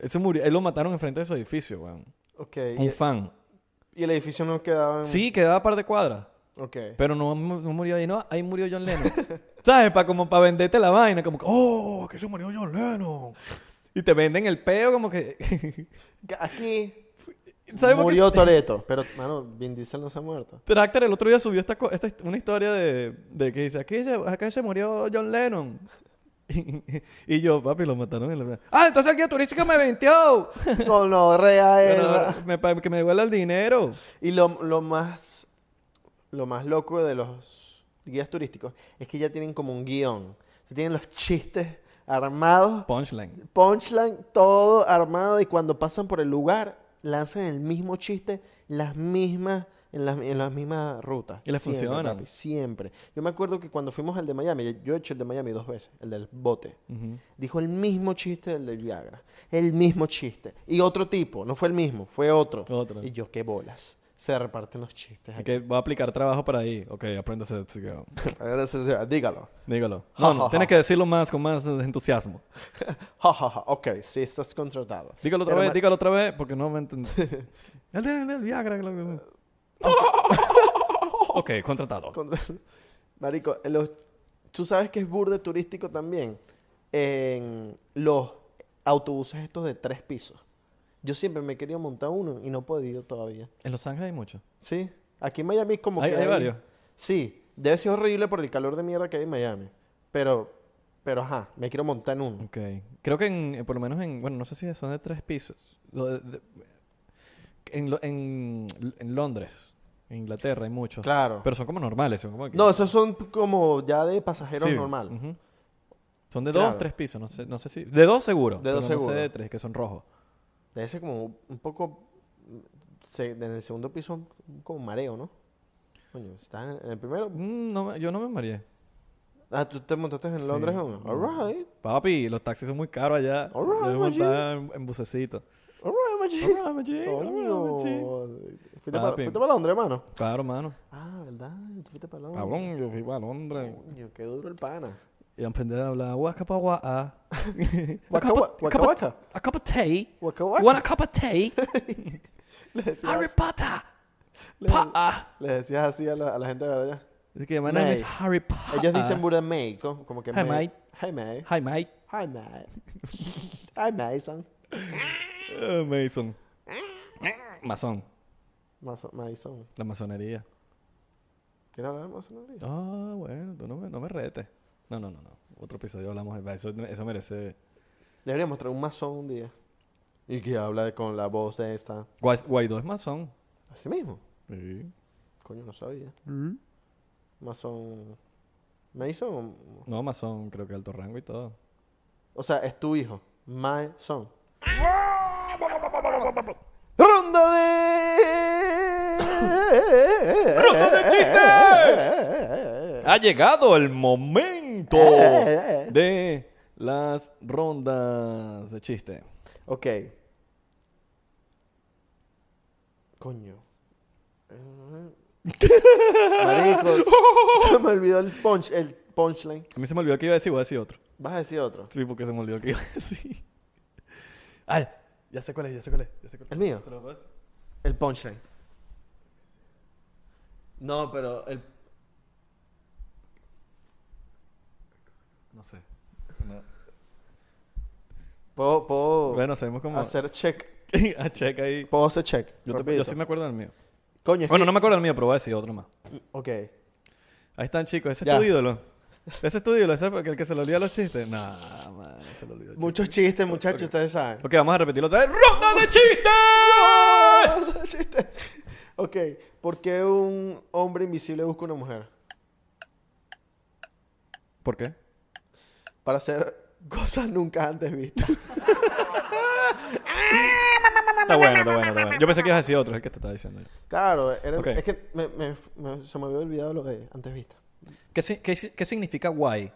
Él se murió, él lo mataron enfrente de su edificio, weón. Ok. Un Y, fan. y el edificio no quedaba en. Sí, quedaba a par de cuadras. Ok. Pero no, mu- no murió ahí, no, ahí murió John Lennon. ¿Sabes? Para como para venderte la vaina, como que, oh, que se murió John Lennon. Y te venden el peo como que. Aquí. ¿Sabes por qué? Murió Toreto. Pero, mano, Vin Diesel no se ha muerto. Tractor el otro día subió esta, co- esta hist- una historia de, de que dice, aquí se, acá se murió John Lennon. y yo, papi, lo mataron en la... Ah, entonces el guía turístico me venteó. No, no, rea es. Pero, me pa- que me devuelva el dinero. Y lo, lo más lo más loco de los guías turísticos es que ya tienen como un guión. O sea, tienen los chistes armados, Punchline. punchline, todo armado y cuando pasan por el lugar lanzan el mismo chiste las mismas en las, en las mismas rutas. Y les Siempre, funcionan. papi, siempre. Yo me acuerdo que cuando fuimos al de Miami, yo he hecho el de Miami dos veces, el del bote. Ujú. Dijo el mismo chiste del del Viagra. El mismo chiste. Y otro tipo, no fue el mismo, fue otro. Otro. Y yo, qué bolas. Se reparten los chistes. Y Aquí. Que voy a aplicar trabajo para ahí. Ok, apréndase. sí, que- Ahora sí, sí, Dígalo. Dígalo. No, no, tienes que decirlo más, con más eh, entusiasmo. Ja, ja, ja. Ok, sí, estás contratado. Dígalo otra Pero vez, ma- dígalo otra vez, porque no me entendí. el, de- el del Viagra. que lo- Oh. ok, contratado. Contra- Marico, eh, los- tú sabes que es burde turístico también. En los autobuses estos de tres pisos. Yo siempre me he querido montar uno y no he podido todavía. En Los Ángeles hay mucho. Sí, aquí en Miami como Hay- que hay varios. Sí, debe ser horrible por el calor de mierda que hay en Miami. Pero, pero ajá, me quiero montar en uno. Ok. Creo que en, eh, por lo menos en, bueno, no sé si son de tres pisos. Lo de- de- en, lo- en, en Londres, en Inglaterra hay muchos. Claro. Pero son como normales, son como... que- no, esos son como ya de pasajeros Sí, normal. ujú. Son de Claro. dos, tres pisos, no sé, no sé si... De dos seguro. De dos pero No seguro. sé de tres, que son rojos. Debe ser como un poco mm, se- en el segundo piso como mareo, ¿no? Coño, estás en el primero. Mm, no me- yo no me mareé. Ah, tú te montaste en Londres en uno. All right. Papi, los taxis son muy caros allá. All right, Yo me my montaba en, en bucecito. All right, machi. All right, my G, all right, Coño. my G. Fuiste para, Papi. fuiste para Londres, hermano. Claro, mano. Ah, ¿verdad? Tú fuiste para Londres. Cabrón, yo fui para Londres. Coño, qué duro el pana. Y aprendí a hablar waka pa wa a. A Waka cup of- wa- a waka cup of- waka. A cup of tea. Waka waka. Want a cup of tea? Le decías, Harry Potter. le- Pa. le decías así a la, a la gente de allá. Es que my name is Mate. Harry Potter. Ellos dicen burda May, co- como que Hi, May. mate. Ah. Hi, May. Hi, mate. Hi, May. Hi, Mason. Eh, Mason. Masón. Mason. Mason. La masonería. ¿Quieres hablar de masonería? Ah, bueno, tú no me, no me retes. No, no, no, no. Otro episodio hablamos de eso. Eso merece. Deberíamos traer un masón un día. Y que habla de- con la voz de esta. Guas- Guaidó es masón. Así mismo. Coño, no sabía. Mason. Mason. o- No, masón, creo que alto rango y todo. O sea, es tu hijo. Mason. Ronda de. Ronda de chistes. Ha llegado el momento Eh. de las rondas de chiste. Ok. Coño. Marico, se me olvidó el punch, el punchline. A mí se me olvidó que iba a decir, voy a decir otro. Vas a decir otro. Sí, porque se me olvidó que iba a decir. Ay, ya sé cuál es, ya sé cuál es, ya sé cuál es. ¿El mío? ¿Te lo puedes? El punchline. No, pero el. No sé. Puedo, puedo Bueno, sabemos cómo. hacer check. a check ahí. Puedo hacer check. Yo, te- yo rapidito. sí me acuerdo del mío. Coño, es Bueno, que- no me acuerdo del mío, pero voy a decir otro más. Ok. Ahí están, chicos. Ese Ya. es tu ídolo. Ese es tu ídolo, ese es el que se le olvida los chistes. Nah, man, se le olvidó. el Muchos chistes, muchachos, ustedes saben. chiste. Ok, vamos a repetirlo otra vez. ¡Ronda de chistes! Chiste. ok, ¿por qué un hombre invisible busca una mujer? ¿Por qué? Para hacer cosas nunca antes vistas. Está bueno, está bueno, está bueno. Yo pensé que ibas a decir otro, es el que te estaba diciendo. yo. Claro, era- Ok. es que me- me- me- se me había olvidado lo de antes vista. ¿Qué, si- qué, si- qué significa guay?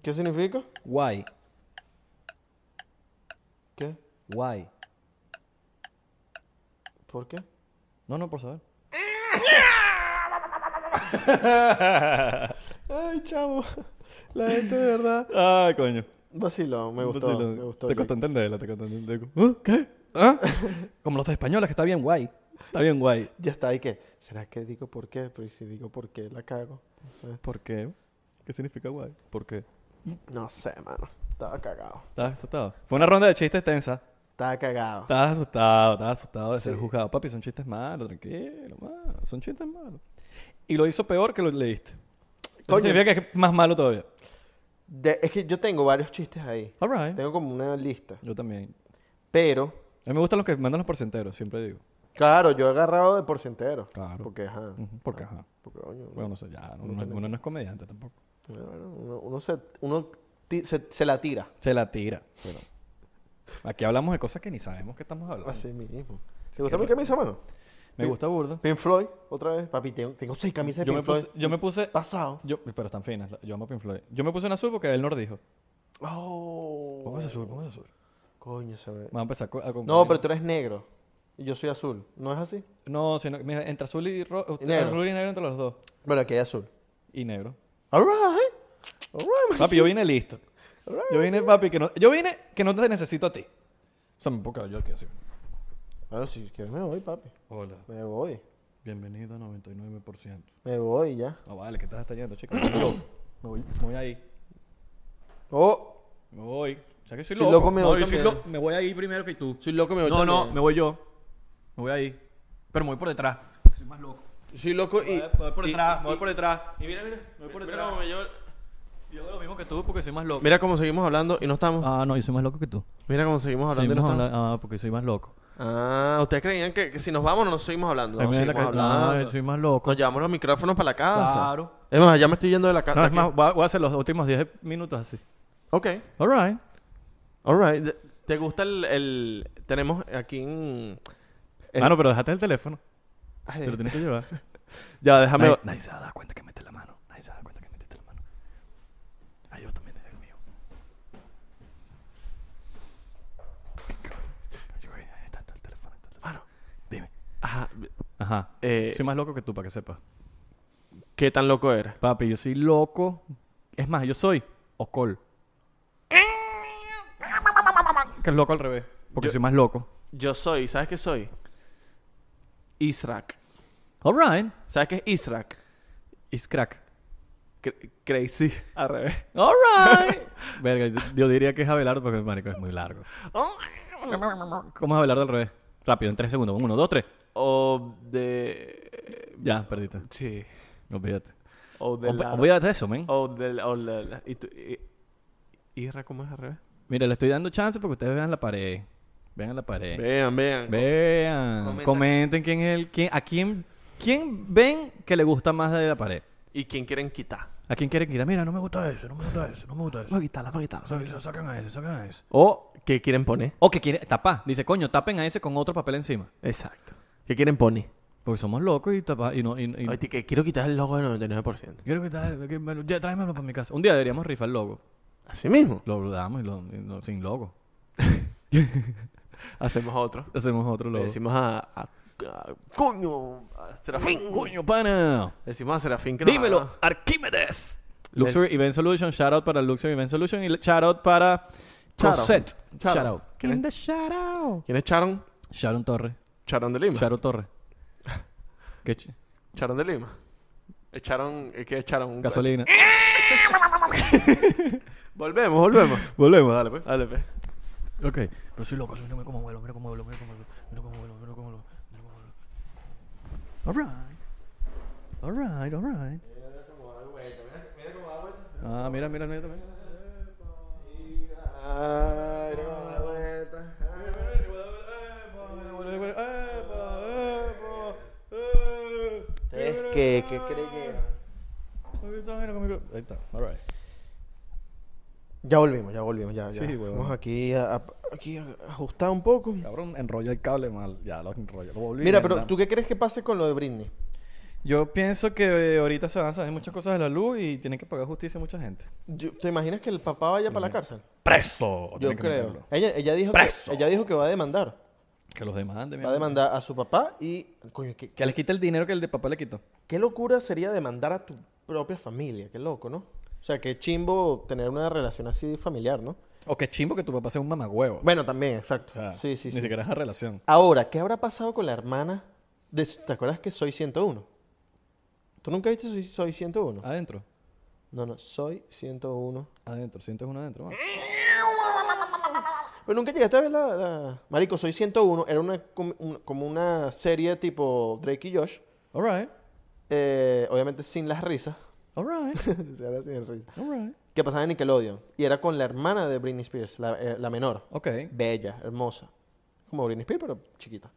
¿Qué significa? Guay. ¿Qué? Guay. ¿Por qué? No, no, por saber. Ay, chavo. La gente de verdad. Ah, coño. Vacilón, me gustó. Vacilo. Me gustó. Te Jake. costó entenderla, te costó entenderla. ¿Ah? ¿Qué? ¿Ah? Como los españoles, que está bien guay. Está bien guay. Ya está, ¿y qué? ¿Será que digo por qué? Pero ¿y si digo por qué, la cago. Eh, ¿Por qué? ¿Qué significa guay? ¿Por qué? No sé, mano. Estaba cagado. ¿Estabas asustado? Fue una ronda de chistes tensa. Estaba cagado. Estabas asustado, estabas asustado de ser Sí. juzgado. Papi, son chistes malos, tranquilo, mano. Son chistes malos. Y lo hizo peor que lo leíste. Eso Coño. significa que es más malo todavía. De- es que yo tengo varios chistes ahí. All right. Tengo como una lista. Yo también. Pero, A mí me gustan los que mandan los porcenteros, siempre digo. claro, yo he agarrado de porcentero. Claro. Mm. Porque, ajá. Ujú, Porque, Ah. ajá. Porque, coño, uno- Bueno, no sé, ya. Uno, no- uno no es comediante tampoco. bueno, uno, uno se, uno ti- se, se la tira. Se la tira. Pero aquí hablamos de cosas que ni sabemos que estamos hablando. Así mismo. ¿Te gusta mi camisa, mano? Me gusta burda. Pink Floyd, otra vez. Papi, tengo, tengo seis camisas de Yo me Pink Floyd. puse... Yo me puse Pasado. yo- pero están finas. Yo amo Pink Floyd. Yo me puse en azul porque él nos dijo. Oh. Póngase azul, póngase azul. Coño, se ve. Me va a empezar co- a confundir. No, pero tú eres negro. Y yo soy azul. ¿No es así? No, sino, mira, entre azul y rojo. Y negro. Azul y negro entre los dos. Bueno, aquí hay azul. Y negro. All right. All right, Papi, yo vine listo. All right. Yo vine, papi, que no, yo vine que no te necesito a ti. O sea, me puedo quedar yo aquí así. Bueno, si quieres me voy, papi. Hola, Me voy. bienvenido a 99%. Me voy ya. No vale, que estás hasta yendo, chico. me voy, me voy ahí. Oh. Me voy. O sea que soy Si loco. loco me No, voy yo soy también. lo- me voy ahí primero que tú. Soy loco, me voy no, no, también. me voy yo. Me voy ahí. Pero me voy por detrás. Soy más loco. Soy loco y... me voy por detrás, me voy por detrás. Y mira, mira, me voy por detrás. Yo hago lo mismo que tú porque soy más loco. Mira cómo seguimos hablando y no estamos. Ah, no, yo soy más loco que tú. Mira cómo seguimos hablando y no Seguimos estamos. habla- Ah, porque soy más loco. Ah, ustedes creían que, que si nos vamos no nos seguimos hablando. Ay, No, mira la seguimos ca- hablando. Ah, soy más loco. Ah, Nos llevamos los micrófonos para la casa. Claro. Es más, ya me estoy yendo de la casa. No, es más, voy a- voy a hacer los últimos 10 minutos así. Ok. All right. All right. De- ¿Te gusta el, el- Tenemos aquí en... el- Ah, no, pero déjate el teléfono. Ay, Te lo tienes que llevar. Ya, déjame... Nadie, nadie se va a dar cuenta que metes la mano. Nadie se va a dar cuenta que metes la mano. Ah, yo también tengo el mío. Ay, güey, ahí está, está el teléfono, ahí está el teléfono. Mano, Dime. ajá, Ajá. eh, Soy más loco que tú, para que sepas. ¿Qué tan loco eres? Papi, yo soy loco. Es más, yo soy Ocol. Que es loco al revés. Porque Yo- soy más loco. Yo soy... ¿Sabes qué soy? Israq. All right. ¿Sabes qué es Israq? It's crack. Cra- crazy. Al revés. All right. Verga, yo, yo diría que es Abelardo porque marico es muy largo. ¿Cómo es Abelardo al revés? Rápido, en tres segundos. Uno, dos, tres. O de... Ya, perdiste. Sí. Olvídate. O de la... Olvídate de eso, men. O del... O la, la- y tú- y- ¿Isra cómo es al revés? Mira, le estoy dando chance porque ustedes vean la pared. Vean la pared. Vean, vean. Vean. Comenta. Comenten quién es el... Quién, a quién, quién ven que le gusta más de la pared. ¿Y quién quieren quitar? ¿A quién quieren quitar? Mira, no me gusta ese, no me gusta ese, no me gusta ese. a quitarla, vamos a quitarla. Sa- sa- Sacan a ese, sacan a ese. ¿O qué quieren poner? O que quiere tapar. Dice, coño, tapen a ese con otro papel encima. Exacto. ¿Qué quieren poner? Porque somos locos y tapa... Y no, y, y- Oye, que quiero quitar el logo del 99%. Quiero que tal- que me lo- ya, tráemelo para mi casa. Un día deberíamos rifar el logo. Así mismo. Lo damos y, lo, y lo- sin logo. Hacemos otro. Hacemos otro Le logo. decimos a, a- a- Coño, a Serafín. ¡Coño, pana! Le decimos a Serafín que nos ¡Dímelo, haga- Arquímedes! Luxury Event Solution, shout out para Luxury Event Solution y shout out para Shout out. Cosette. Shout Shout out. out. ¿Quién es? shout out. ¿Quién es Charon? Sharon Torre. Charon de Lima. Sharon Torre. ¿Qué ch- Charon de Lima. Eh, Charon, eh, ¿qué es Charon? Gasolina. Volvemos, volvemos. Volvemos, dale, pues. Dale, pe. Ok. Pero soy loco, soy, mira cómo vuelo, mira cómo vuelo, mira cómo vuelo, mira cómo vuelo, mira cómo vuelo, mira cómo vuelo. Alright. Alright, alright. Ah, mira, mira, mira también. ¿Ustedes qué? ¿Qué creyeron? Ahí está, alright. Ya volvimos, ya volvimos, ya, ya. Sí, huevón. Vamos aquí a, a- aquí a ajustar un poco. Cabrón, enrolla el cable mal. Ya, lo enrolla. Lo volví a Mira, pero enredar. ¿tú qué crees que pase con lo de Britney? Yo pienso que eh, ahorita se van a saber muchas cosas de la luz y tienen que pagar justicia mucha gente. Yo- ¿Te imaginas que el papá vaya para la cárcel? ¡Preso! Yo Tienen que creo. meterlo. Ella, ella, dijo Preso. que, ella dijo que va a demandar. Que los demanden. mi Va a amor. demandar a su papá y... Coño, qué, Que les quite el dinero que el de papá le quitó. qué locura sería demandar a tu propia familia. Qué loco, ¿no? O sea, qué chimbo tener una relación así familiar, ¿no? O que chimbo que tu papá sea un mamagüevo. Bueno, también, exacto. O sea, sí, sí, ni sí. siquiera es una relación. Ahora, ¿qué habrá pasado con la hermana? de- ¿Te acuerdas que Soy 101? ¿Tú nunca viste Soy, Soy 101? Adentro. No, no, Soy 101. Adentro. Sientes uno adentro. va. Pero nunca llegaste a ver la... la- Marico, Soy 101 era una, com- un- como una serie tipo Drake y Josh. Alright. eh, obviamente sin las risas. Alright. Se habla sin risas. Alright. Que pasaba en Nickelodeon. Y era con la hermana de Britney Spears, la, eh, la menor. Ok. Bella, hermosa. Como Britney Spears, pero chiquita.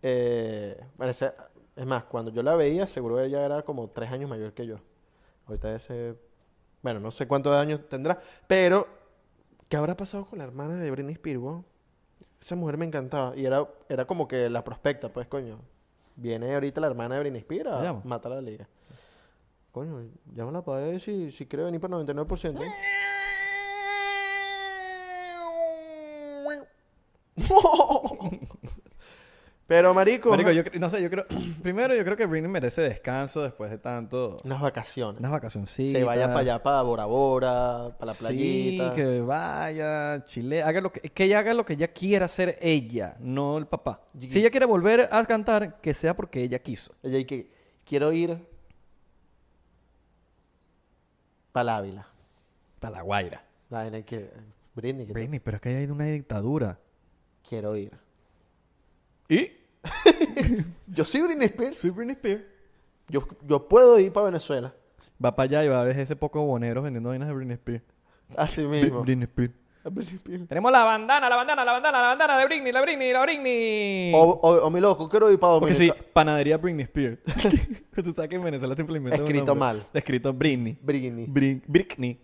Eh, parece- es más, cuando yo la veía, seguro ella era como tres años mayor que yo. Ahorita ese... Bueno, no sé cuántos años tendrá, pero... ¿Qué habrá pasado con la hermana de Britney Spears, weón? Esa mujer me encantaba. Y era, era como que la prospecta, pues, coño. Viene ahorita la hermana de Britney Spears La a llamo. matar a la liga. Coño, llámala para ver si, si quiere venir para 99%. Pero, marico, Marico, ajá, yo cre- no sé, yo creo... primero, yo creo que Britney merece descanso después de tanto... unas vacaciones. Unas vacacioncitas. Se vaya para allá, para Bora Bora, para la playita. Sí, que vaya, Chile, haga lo que, que ella haga lo que ella quiera hacer ella, no el papá. Y- Si ella quiere volver a cantar, que sea porque ella quiso. Ella y que quiero ir para la Ávila. Para la guaira. La vaina que Britney, que te- Britney, pero es que ella hay de una dictadura. quiero ir. ¿Y? Yo soy Britney Spears. Britney Spears. Yo, yo puedo ir para Venezuela. Va para allá y va a ver ese poco bonero vendiendo vainas de Britney Spears. Así Bri- mismo. Britney Spears. A Britney Spears. Tenemos la bandana, la bandana, la bandana, la bandana de Britney, la Britney, la Britney. O, o- o mi loco, quiero ir para Porque Dominicana. sí, panadería Britney Spears. Tú sabes que en Venezuela siempre le inventan un Escrito nombre. mal. Escrito Britney. Britney. Bri- Britney.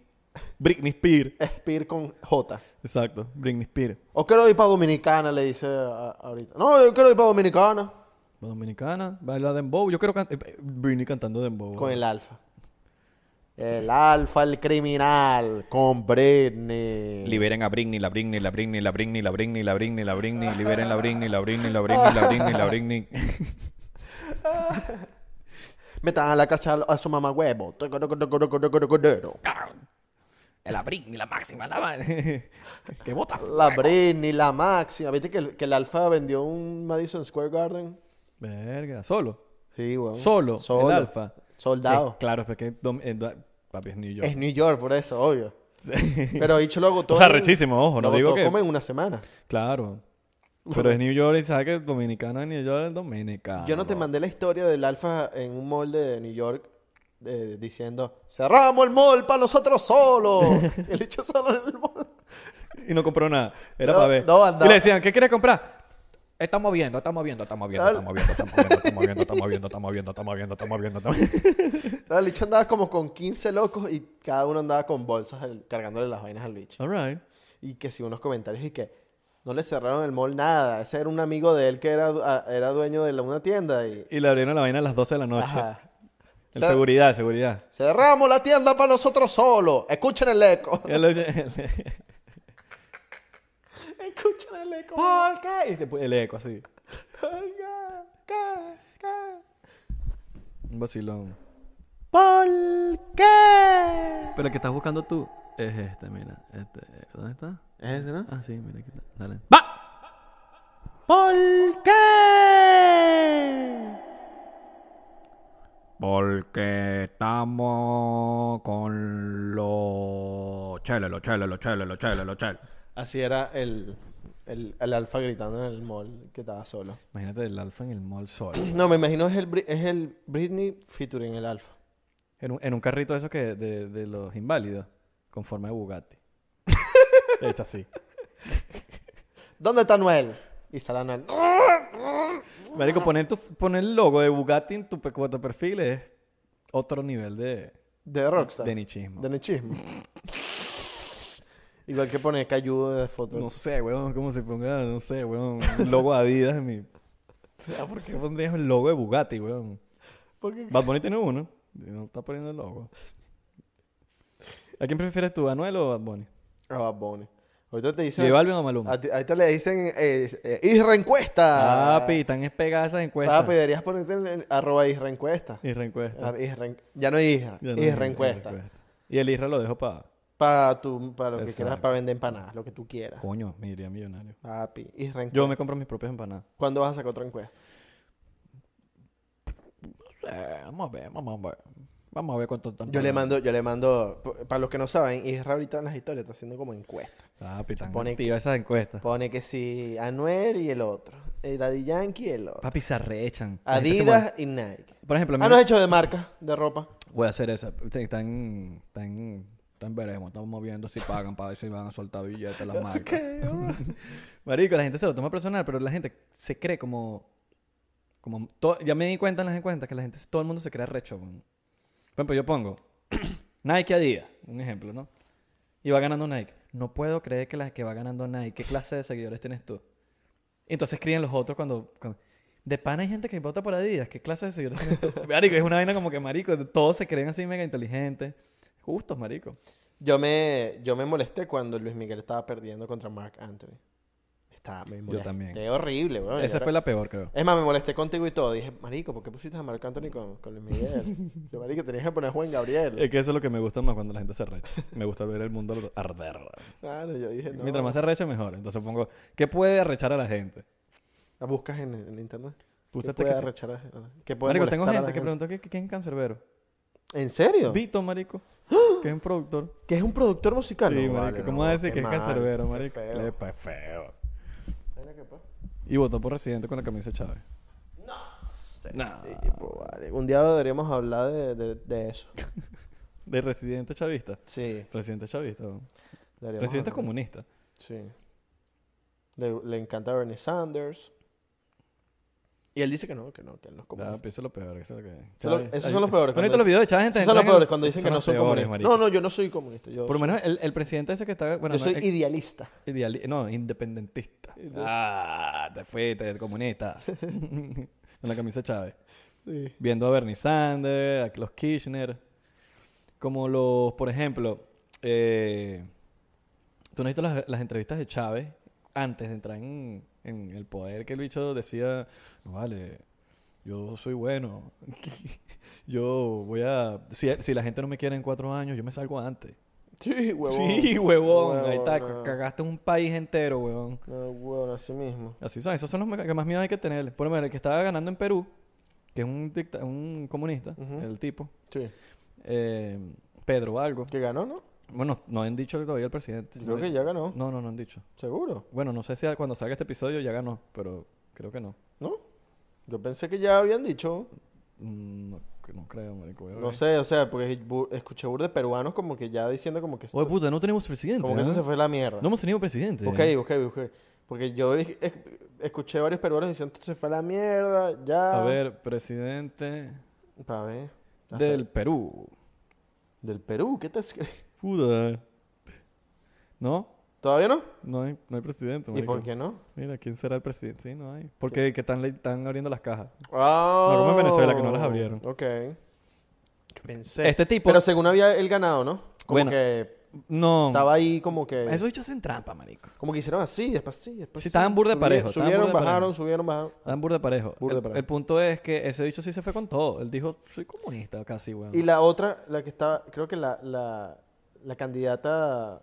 Britney Spears. Spears con J. Exacto, Britney Spears. O quiero ir para Dominicana, le dice a- ahorita. No, yo quiero ir para Dominicana. La dominicana, baila dembow. Yo quiero cantar. Britney cantando dembow. Con el alfa. El alfa, el criminal. Con Britney. Liberen a Britney, la Britney, la Britney, la Britney, la Britney, la Britney, la Britney, liberen la Britney, la Britney, la Britney, la Britney, la Britney. Metan a la casa a su mamá huevo. La Britney, la máxima, la va- que bota. La Britney, la máxima. ¿Viste que el, que el alfa vendió un Madison Square Garden? Verga, solo. Sí, weón. Solo, el alfa. Soldado. Eh, claro, porque dom- eh, da- papi es New York. Es New York, por eso, obvio. Pero dicho lo agotó. O sea, en- rechísimo, ojo, no lo digo agotó que- como en una semana. Claro. Pero es New York y sabes que dominicano es New York, es dominicano. Yo no te mandé la historia del Alfa en un mall de New York eh, diciendo, cerramos el mall para nosotros solos. el hecho solo en el mall. y no compró nada. Era No, para ver. no, andaba. Y le decían, ¿qué quieres comprar? Estamos viendo, estamos viendo, estamos viendo, Dale. estamos viendo, estamos viendo, estamos viendo, estamos viendo, estamos viendo, estamos viendo, estamos viendo, estamos viendo. No, el bicho andaba como con 15 locos y cada uno andaba con bolsas el- cargándole las vainas al bicho. All right. Y que si unos comentarios y que no le cerraron el mall nada. Ese era un amigo de él que era, du- a- era dueño de la- una tienda y... Y le abrieron la vaina a las 12 de la noche. Ajá. El O sea, seguridad, el seguridad. Cerramos la tienda para nosotros solos. Escuchen el eco. Y él- él- Escuchen el eco. ¿Por qué? Y te pu- el eco así. Polka, ca, ca. Un vacilón. Polka. Pero el que estás buscando tú es este, mira. Este, ¿Dónde está? ¿Es ese, no? Ah, sí, mira aquí está. Dale. ¡Va! Polka. Porque estamos con los chele, los chele, los chele, los chele, los chele. Así era el, el, el alfa gritando en el mall que estaba solo. Imagínate el alfa en el mall solo. No, me imagino es el, Bri- es el Britney featuring el alfa. En un, en un carrito de esos que de, de los inválidos. Con forma de Bugatti. Hecha así. ¿Dónde está Noel? Y sale Noel. Marico, poner, tu, poner el logo de Bugatti en tu, pe- como tu perfil es otro nivel de, De Rockstar. de nichismo. De nichismo. Igual que pone Cayudo de foto. No sé, weón, cómo se ponga, no sé, weón, un logo de Adidas en mi... O sea, ¿por qué pondrías el logo de Bugatti, weón? Porque Bad Bunny tiene uno, y no está poniendo el logo. ¿A quién prefieres tú, Anuel o Bad Bunny? Ah, Bad Bunny. Ahorita te dicen. ¿Y Balvin o Maluma? A ti- Ahorita le dicen eh, eh, Isra Encuesta. Papi, Ah, están es pegada esas encuestas. ah, Papi, deberías ponerte en, en arroba Isra Encuesta. Y reencuesta. Ah, Isra en- ya no Isra, Ya no Isra hay Encuesta. reencuesta. Y el Isra lo dejo para... Para tu, para lo que Exacto. quieras, para vender empanadas, lo que tú quieras. Coño, me iría millonario. Papi, Isra Encuesta. Yo me compro mis propias empanadas. ¿Cuándo vas a sacar otra encuesta? Eh, Vamos a ver, vamos a ver. Vamos a ver cuánto estamos. Yo le mando, yo le mando, p- para los que no saben, Isra ahorita en las historias está haciendo como encuestas. Papi, están Pone- activas esas encuestas. Pone que si Anuel y el otro, el Daddy Yankee y el otro, Papi, se arrechan. La gente se molesta. Adidas y Nike. Por ejemplo, a mí Ah, me- no has hecho de marca, de ropa. Voy a hacer esa. Están, están, están veremos, estamos viendo si pagan para ver si van a soltar billetes las marcas. Marico, la gente se lo toma personal, pero la gente se cree como... como to- ya me di cuenta en las encuestas que la gente, todo el mundo se cree recho. weón. Por ejemplo, yo pongo Nike Adidas, un ejemplo, ¿no? Y va ganando Nike. No puedo creer que la que va ganando Nike, ¿qué clase de seguidores tienes tú? Entonces crían los otros cuando... cuando- de pana hay gente que vota por Adidas, ¿qué clase de seguidores tienes tú? Marico, es una vaina como que, marico, todos se creen así mega inteligentes. Justos, marico. Yo me, yo me molesté cuando Luis Miguel estaba perdiendo contra Mark Anthony. Estaba, me molesté. también. horrible, weón. Esa fue la peor, creo. Es más, me molesté contigo y todo. Dije, marico, ¿por qué pusiste a Mark Anthony con, con Luis Miguel? Yo, marico, tenías que poner a Juan Es Gabriel. que eso es lo que me gusta más cuando la gente se recha. Me gusta ver el mundo arder. Claro, yo dije, no. Mientras más se recha, mejor. Entonces pongo, ¿qué puede arrechar a la gente? ¿La buscas en, en internet? Puse ¿Qué hasta puede que se- arrechar a- ¿Qué puede Marico, tengo molestar a gente la que preguntó que, que- quién es Cancerbero. ¿En serio? Vito, marico. Que es un productor. Que es un productor musical. sí, ¡Ah! No, marico. vale, ¿Cómo no, va a decir qué que es mal, Cancerbero, qué marico? feo. Epa, es feo. Mira pues. qué pa- Y votó por Residente con la camisa de Chávez. No. Tipo, pues, vale, Un día deberíamos hablar de, de- de eso. De Residente Chavista. Sí. Residente Chavista. weón. deberíamos Residente es hablar. comunista. Sí. Le, le encanta Bernie Sanders. Y él dice que no, que no, que él no es Ya, comunista. eso es Ah, lo peor. Eso es lo que... Son los- Chávez- esos Ay, son los peores, ¿no cuando viste los videos de Chávez? Esos son los Entonces, peores cuando dicen Ah, son que no los son peores, comunistas. marico. No, no, yo no soy comunista. Yo Por lo soy, menos el, el presidente ese que está... Bueno, eh. yo no, soy Eh, el- idealista. Ideali- no, independentista. Ah, te fuiste, comunista. Con la camisa de Chávez. Sí. Viendo a Bernie Sanders, a los Kirchner. Como los, por ejemplo, eh, tú no has visto las, las entrevistas de Chávez antes de entrar en, en el poder que el bicho decía, no vale, yo soy bueno. yo voy a... Si, si la gente no me quiere en cuatro años, yo me salgo antes. Sí, huevón. Sí, huevón. Ahí está, Huevón, no. cagaste un país entero, huevón. No, huevón, así mismo. Así son, esos son los meca- que más miedo hay que tener. Por lo menos el que estaba ganando en Perú, que es un, dicta- un comunista, Ujú. el tipo, Sí. eh, Pedro algo. Que ganó, ¿no? Bueno, no han dicho todavía el presidente. Creo que ya ganó. No, no, no han dicho. Seguro, Bueno, no sé si a- cuando salga este episodio ya ganó, pero creo que no. ¿no? Yo pensé que ya habían dicho. Mm, No creo, marico. No sé, o sea, porque bu- escuché burde peruanos como que ya diciendo como que... esto- Oye, puta, no tenemos presidente. como que ¿ah? eso se fue la mierda. No hemos tenido presidente. ¿eh? Ok, ok, ok. Porque yo es- es- escuché varios peruanos diciendo, "Esto se fue a la mierda, ya. A ver, presidente Pa' ver. Hasta- del Perú. Del Perú, ¿qué te escribe? Puta. No, ¿Todavía no? no hay, no hay presidente. ¿Y marico. por qué no? Mira, ¿quién será el presidente? Sí, no hay. Porque que están, le- están abriendo las cajas. Ah. como en Venezuela, que no las abrieron. Ok. Yo pensé. Este tipo- Pero según había él ganado, ¿no? Como Bueno. que No. estaba ahí como que... Esos bichos hacen trampa, marico. Como que hicieron así, después sí, después Sí, estaban burda de Subi- parejo, estaban Subieron, burda de bajaron, parejo. subieron, bajaron. Dan burda de parejo. Burda de el, parejo. el punto es que ese bicho sí se fue con todo. Él dijo, soy comunista casi, weón. Y la otra, la que estaba, creo que la, la, la candidata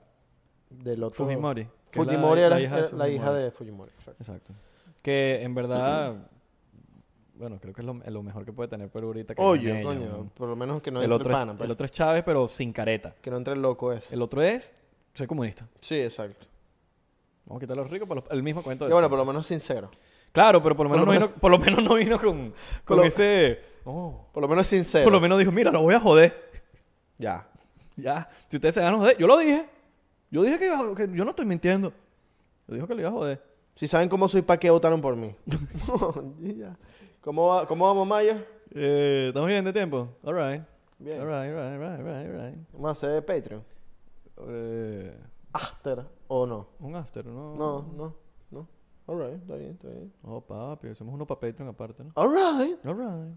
del otro... Fujimori. que es la- Fujimori era era de la hija Fujimori. de Fujimori. exacto. Exacto. Que en verdad, bueno, creo que es lo, es lo mejor que puede tener Perú ahorita. Que ganen Oye, ellos, coño, weón. por lo menos que no el, entre otro el pana, es, pues. el otro es Chávez, pero sin careta. que no entre el loco ese. El otro es, soy comunista. Sí, exacto. Vamos a quitar a los ricos, para los- el mismo cuento. Que de bueno, siempre. por lo menos sincero. Claro, pero por lo por menos, lo no, vino, por lo menos no vino con, con lo- ese... "Oh". Por lo menos sincero. por lo menos dijo, mira, lo voy a joder. Ya. Ya, si ustedes se van a joder, yo lo dije. Yo dije que, iba a- que yo no estoy mintiendo. Yo dijo que lo iba a joder. Si saben cómo soy, ¿para qué votaron por mí? Y ya. ¿Cómo, va- ¿Cómo vamos, Mayer? Eh, ¿Estamos bien de tiempo? All right. Bien. All right, all right, all right, all right, all right. Vamos a hacer Patreon. Eh, After. ¿O no? un after, ¿no? No, no, no. All right, está bien, está bien. Oh, papi, hacemos uno para Patreon aparte, ¿no? All right. All right.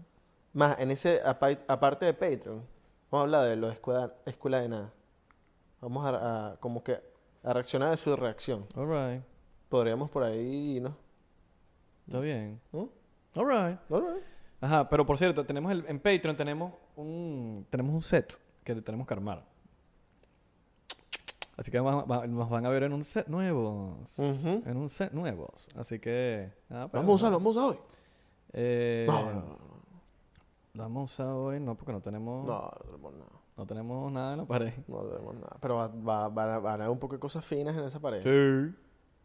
Más, en ese, apa- aparte de Patreon, vamos a hablar de los escuela, escuela de nada. Vamos a, a- como que a reaccionar de su reacción. All right. Podríamos por ahí, ¿no? ¿Mm? Está bien. ¿No? All right. All right. Ajá, pero por cierto, tenemos el, en Patreon tenemos un, tenemos un set que tenemos que armar. Así que va- va- nos van a ver en un set nuevos. Ujú. En un set nuevos. Así que... nada, pues, Vamos a usarlo, vamos a usar hoy. Eh, No, no, no, Lo vamos a usar hoy, no, porque no tenemos, no. No, no tenemos nada. tenemos nada en la pared. No tenemos nada. Pero va, va- van a- van a haber un poco de cosas finas en esa pared. Sí,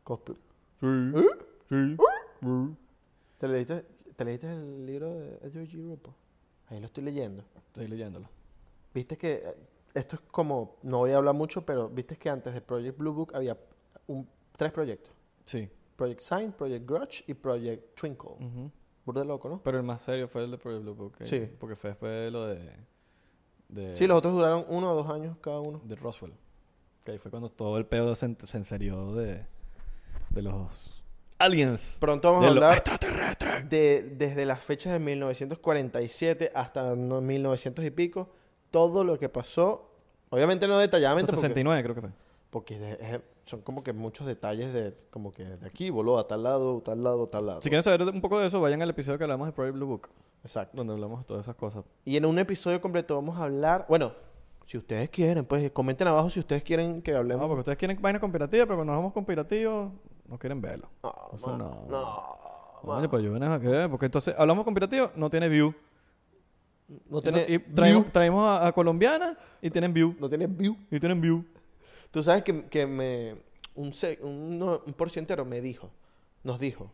Cospi- sí, sí. ¿Te leíste, ¿Te leíste el libro de Edward G. Rupert? Ahí lo estoy leyendo. Estoy leyéndolo. Viste que eh, esto es como, no voy a hablar mucho, pero viste que antes de Project Blue Book había un- tres proyectos. Sí. Project Sign, Project Grudge y Project Twinkle. ujú. Burda de loco, ¿no? Pero el más serio fue el de Project Blue Book. ¿eh? Sí. Porque fue después de lo de... de Sí, los otros duraron uno o dos años cada uno. De Roswell. Que ahí fue cuando todo el pedo se, en- se enserió de, de los aliens. Pronto vamos a De lo hablar de desde las fechas de 1947 hasta no- 1900 y pico, todo lo que pasó, obviamente no detalladamente porque, Ah, 69 creo que fue. porque es de- es- son como que muchos detalles de como que de aquí voló a tal lado, tal lado, tal lado. Si quieren saber un poco de eso, vayan al episodio que hablamos de Project Blue Book. Exacto. Donde hablamos de todas esas cosas. Y en un episodio completo vamos a hablar, bueno, si ustedes quieren, pues comenten abajo si ustedes quieren que No, hablemos. Ah, porque ustedes quieren vaina conspirativa, pero cuando nos vamos conspirativos, no quieren verlo. No, Eso man, no. no, Oye, man. pues yo vengo a qué, porque entonces hablamos conspirativo, no tiene view. No tiene y view. traemos, traemos a, a colombiana y tienen view. No tiene view. Y tienen view. Tú sabes que, que me, un, se- un, no- un porcientero me dijo, nos dijo,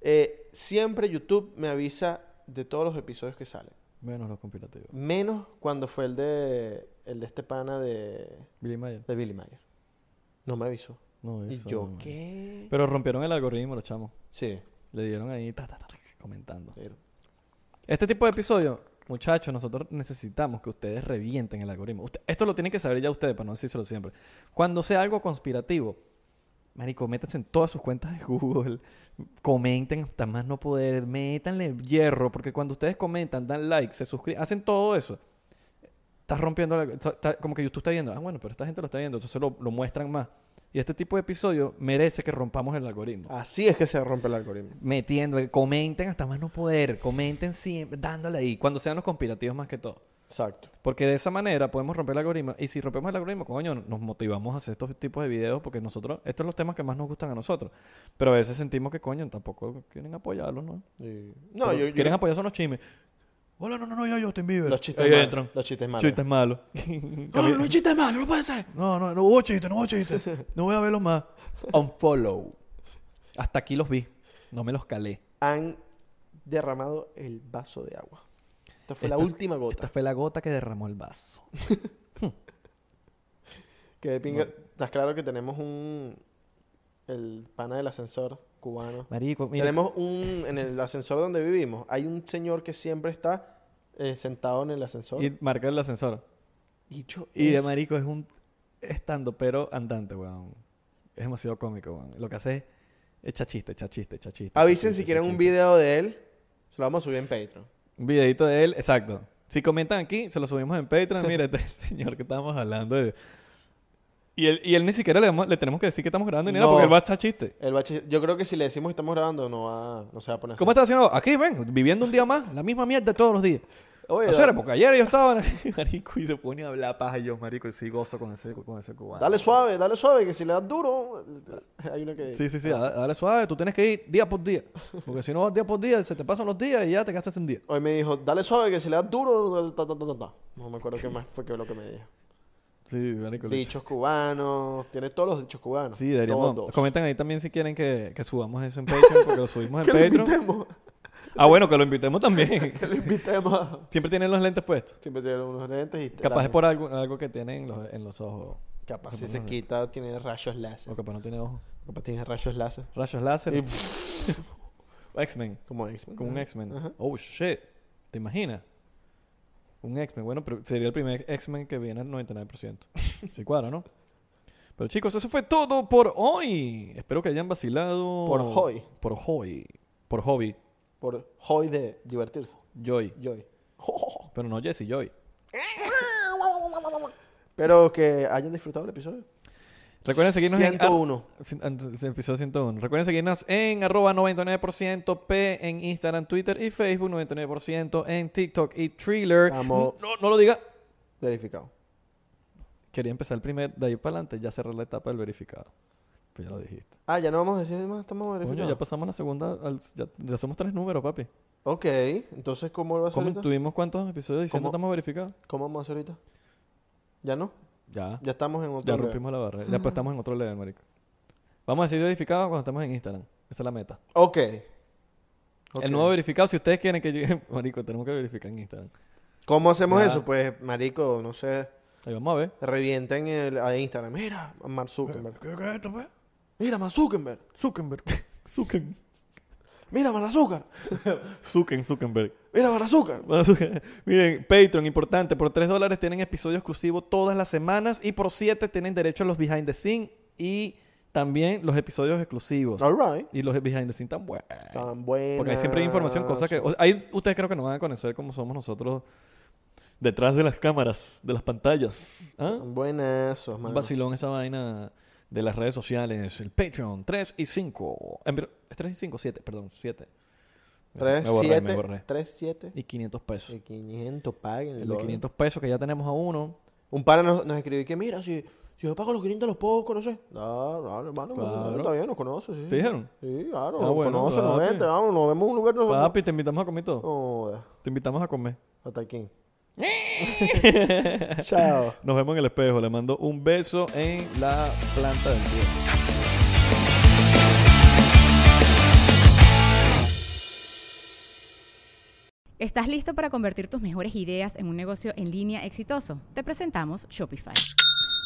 eh, siempre YouTube me avisa de todos los episodios que salen. Menos los conspirativos. Menos cuando fue el de, el de este pana de, Billy Mayer. de Billy Mayer. No me avisó. No, ¿Y eso. yo no. qué? Pero rompieron el algoritmo, los chamos. Sí. Le dieron ahí, ta, ta, ta, ta, comentando. sí. Este tipo de episodio, muchachos, nosotros necesitamos que ustedes revienten el algoritmo. Usted- esto lo tienen que saber ya ustedes, para no decírselo siempre. Cuando sea algo conspirativo, marico, métanse en todas sus cuentas de Google, comenten hasta más no poder, métanle hierro, porque cuando ustedes comentan, dan like, se suscriben, hacen todo eso. Estás rompiendo, la- está- está- como que YouTube está viendo, ah, bueno, pero esta gente lo está viendo, entonces lo, lo muestran más. Y este tipo de episodio merece que rompamos el algoritmo Así es que se rompe el algoritmo. metiendo, eh, comenten hasta más no poder, comenten siempre, dándole ahí, cuando sean los conspirativos más que todo. Exacto. Porque de esa manera podemos romper el algoritmo. Y si rompemos el algoritmo, coño, nos motivamos a hacer estos tipos de videos porque nosotros, estos son los temas que más nos gustan a nosotros. Pero a veces sentimos que, coño, tampoco quieren apoyarlos, ¿no? Y- No, Pero yo, yo- Quieren apoyar son los chismes. Hola, no, no, no, yo, Justin Bieber. los chistes Ahí malos. entran. Los chistes malos. Chistes malos. No, no, los chistes malos, no puede ser. No, no, no hubo chiste, no hubo chiste. No voy a verlos más. Unfollow. Hasta aquí los vi. No me los calé. Han derramado el vaso de agua. Esta fue la Esta- última gota. Esta fue la gota que derramó el vaso. Que de pinga. Estás claro que tenemos un. El pana del ascensor cubano. Marico, mira. Tenemos un. En el ascensor donde vivimos, hay un señor que siempre está eh, sentado en el ascensor. Y marca el ascensor. Dicho Y de es- marico es un estando pero andante, weón. Es demasiado cómico, weón. Lo que hace es echa chiste, echa chiste, echa chiste. Avisen echa si chiste, quieren echa un chiste. video de él. Se lo vamos a subir en Patreon. Un videito de él, exacto. Si comentan aquí, se lo subimos en Patreon. Mira, este señor que estábamos hablando de... Y él, y él ni siquiera le, vamos- le tenemos que decir que estamos grabando ni nada No. porque él va a echar chiste. El bache- yo creo que si le decimos que estamos grabando, no va, no se va a poner ¿Cómo así. estás haciendo? Aquí, ven, viviendo un día más, la misma mierda todos los días. Oye, O sea, da- porque ayer yo estaba, marico, y se pone a hablar paja y yo, marico, y sí gozo con ese, con ese cubano. dale suave, dale suave, que si le das duro, eh, hay una que... Sí, sí, sí, da- dale suave, tú tienes que ir día por día. Porque si no vas día por día, se te pasan los días y ya te gastas en día. Hoy me dijo, dale suave, que si le das duro, ta, ta, ta, ta, ta. No me acuerdo qué más fue que lo que me dijo. Sí, marico. Dichos cubanos, tiene todos los dichos cubanos. Sí, deberíamos. Todos. Comentan ahí también si quieren que, que subamos eso en Patreon, porque lo subimos Que en lo Patreon. invitemos, Ah, bueno, que lo invitemos también. que lo invitemos. a- Siempre tienen los lentes puestos. Siempre tiene unos lentes y... Capaz es por algo, algo que tienen en los, en los ojos. Capaz si se quita, tiene rayos láser. O capaz no tiene ojos. Capaz tiene rayos láser. Rayos láser. Y- X-Men. Como X-Men. Como un ajá, X-Men. ajá. Oh, shit. ¿Te imaginas? Un X-Men. Bueno, pero sería el primer X-Men que viene al 99%. Sí, cuadra, ¿no? Pero chicos, eso fue todo por hoy. Espero que hayan vacilado. Por hoy. Por hoy. Por hobby. Por hoy de divertirse. Joy. Joy. Pero no Jesse, Joy. Pero que hayan disfrutado el episodio. Recuerden seguirnos en... 101. Cien- an- c- Episodio 101. Recuerden seguirnos en arroba 99% P en Instagram, Twitter y Facebook, 99% en TikTok y Thriller. Vamos. No, no lo diga. Verificado. Quería empezar el primer, de ahí para adelante, ya cerrar la etapa del verificado. Pues ya lo dijiste. Ah, ya no vamos a decir más, estamos Coño, ya verificados. pasamos la segunda, al- ya, ya somos tres números, papi. ok, entonces, ¿cómo va a ser ¿Cómo ahorita? tuvimos cuántos episodios diciendo ¿Cómo? estamos verificados? ¿Cómo vamos a hacer ahorita? ¿Ya no? Ya, Ya estamos en otro ya nivel. rompimos la barrera. Ya pues estamos en otro level, marico. Vamos a decir verificado cuando estamos en Instagram. Esa es la meta. Ok. Ok. El nuevo verificado, si ustedes quieren que llegue, marico, tenemos que verificar en Instagram. ¿Cómo hacemos Ya. eso? Pues, marico, no sé, Ahí vamos a ver. revienten el, a Instagram. Mira, a Mark Zuckerberg. ¿Qué, qué, esto, pues? Mira, Mark Zuckerberg. Zuckerberg. Zucken. Mira, Mark Zuckerberg. Zucken, Zuckerberg. Mira, Mark Zuckerberg. Bueno, su- Miren, Patreon, importante. Por 3 dólares tienen episodio exclusivo todas las semanas. Y por 7 tienen derecho a los behind the scene y también los episodios exclusivos. All right. Y los behind the scene tan buenos. Tan bueno. Porque ahí siempre hay información, cosas que. o- ahí ustedes creo que nos van a conocer como somos nosotros detrás de las cámaras, de las pantallas. ¿Ah? Tan buenazos, Un mano. vacilón esa vaina de las redes sociales. El Patreon, 3 y 5. 3 y 5, 7, perdón, 7. 3, me borré, me 7, borré. 3, 7 Y 500 pesos. y 500, paguen. Los 500 pesos que ya tenemos a uno. Un pana nos, nos escribió y que mira, si, si yo pago los 500 los puedo conocer. No, no, hermano, Claro. está bien, nos conoce, sí. ¿Te dijeron? Sí, claro, Ah, nos bueno, conoce, nos papi. vente, vamos, nos vemos en un lugar. Nos... Papi, te invitamos a comer todo. No, da, Te invitamos a comer. hasta aquí. Chao. Nos vemos en el espejo. Le mando un beso en la planta del pie. ¿Estás listo para convertir tus mejores ideas en un negocio en línea exitoso? Te presentamos Shopify.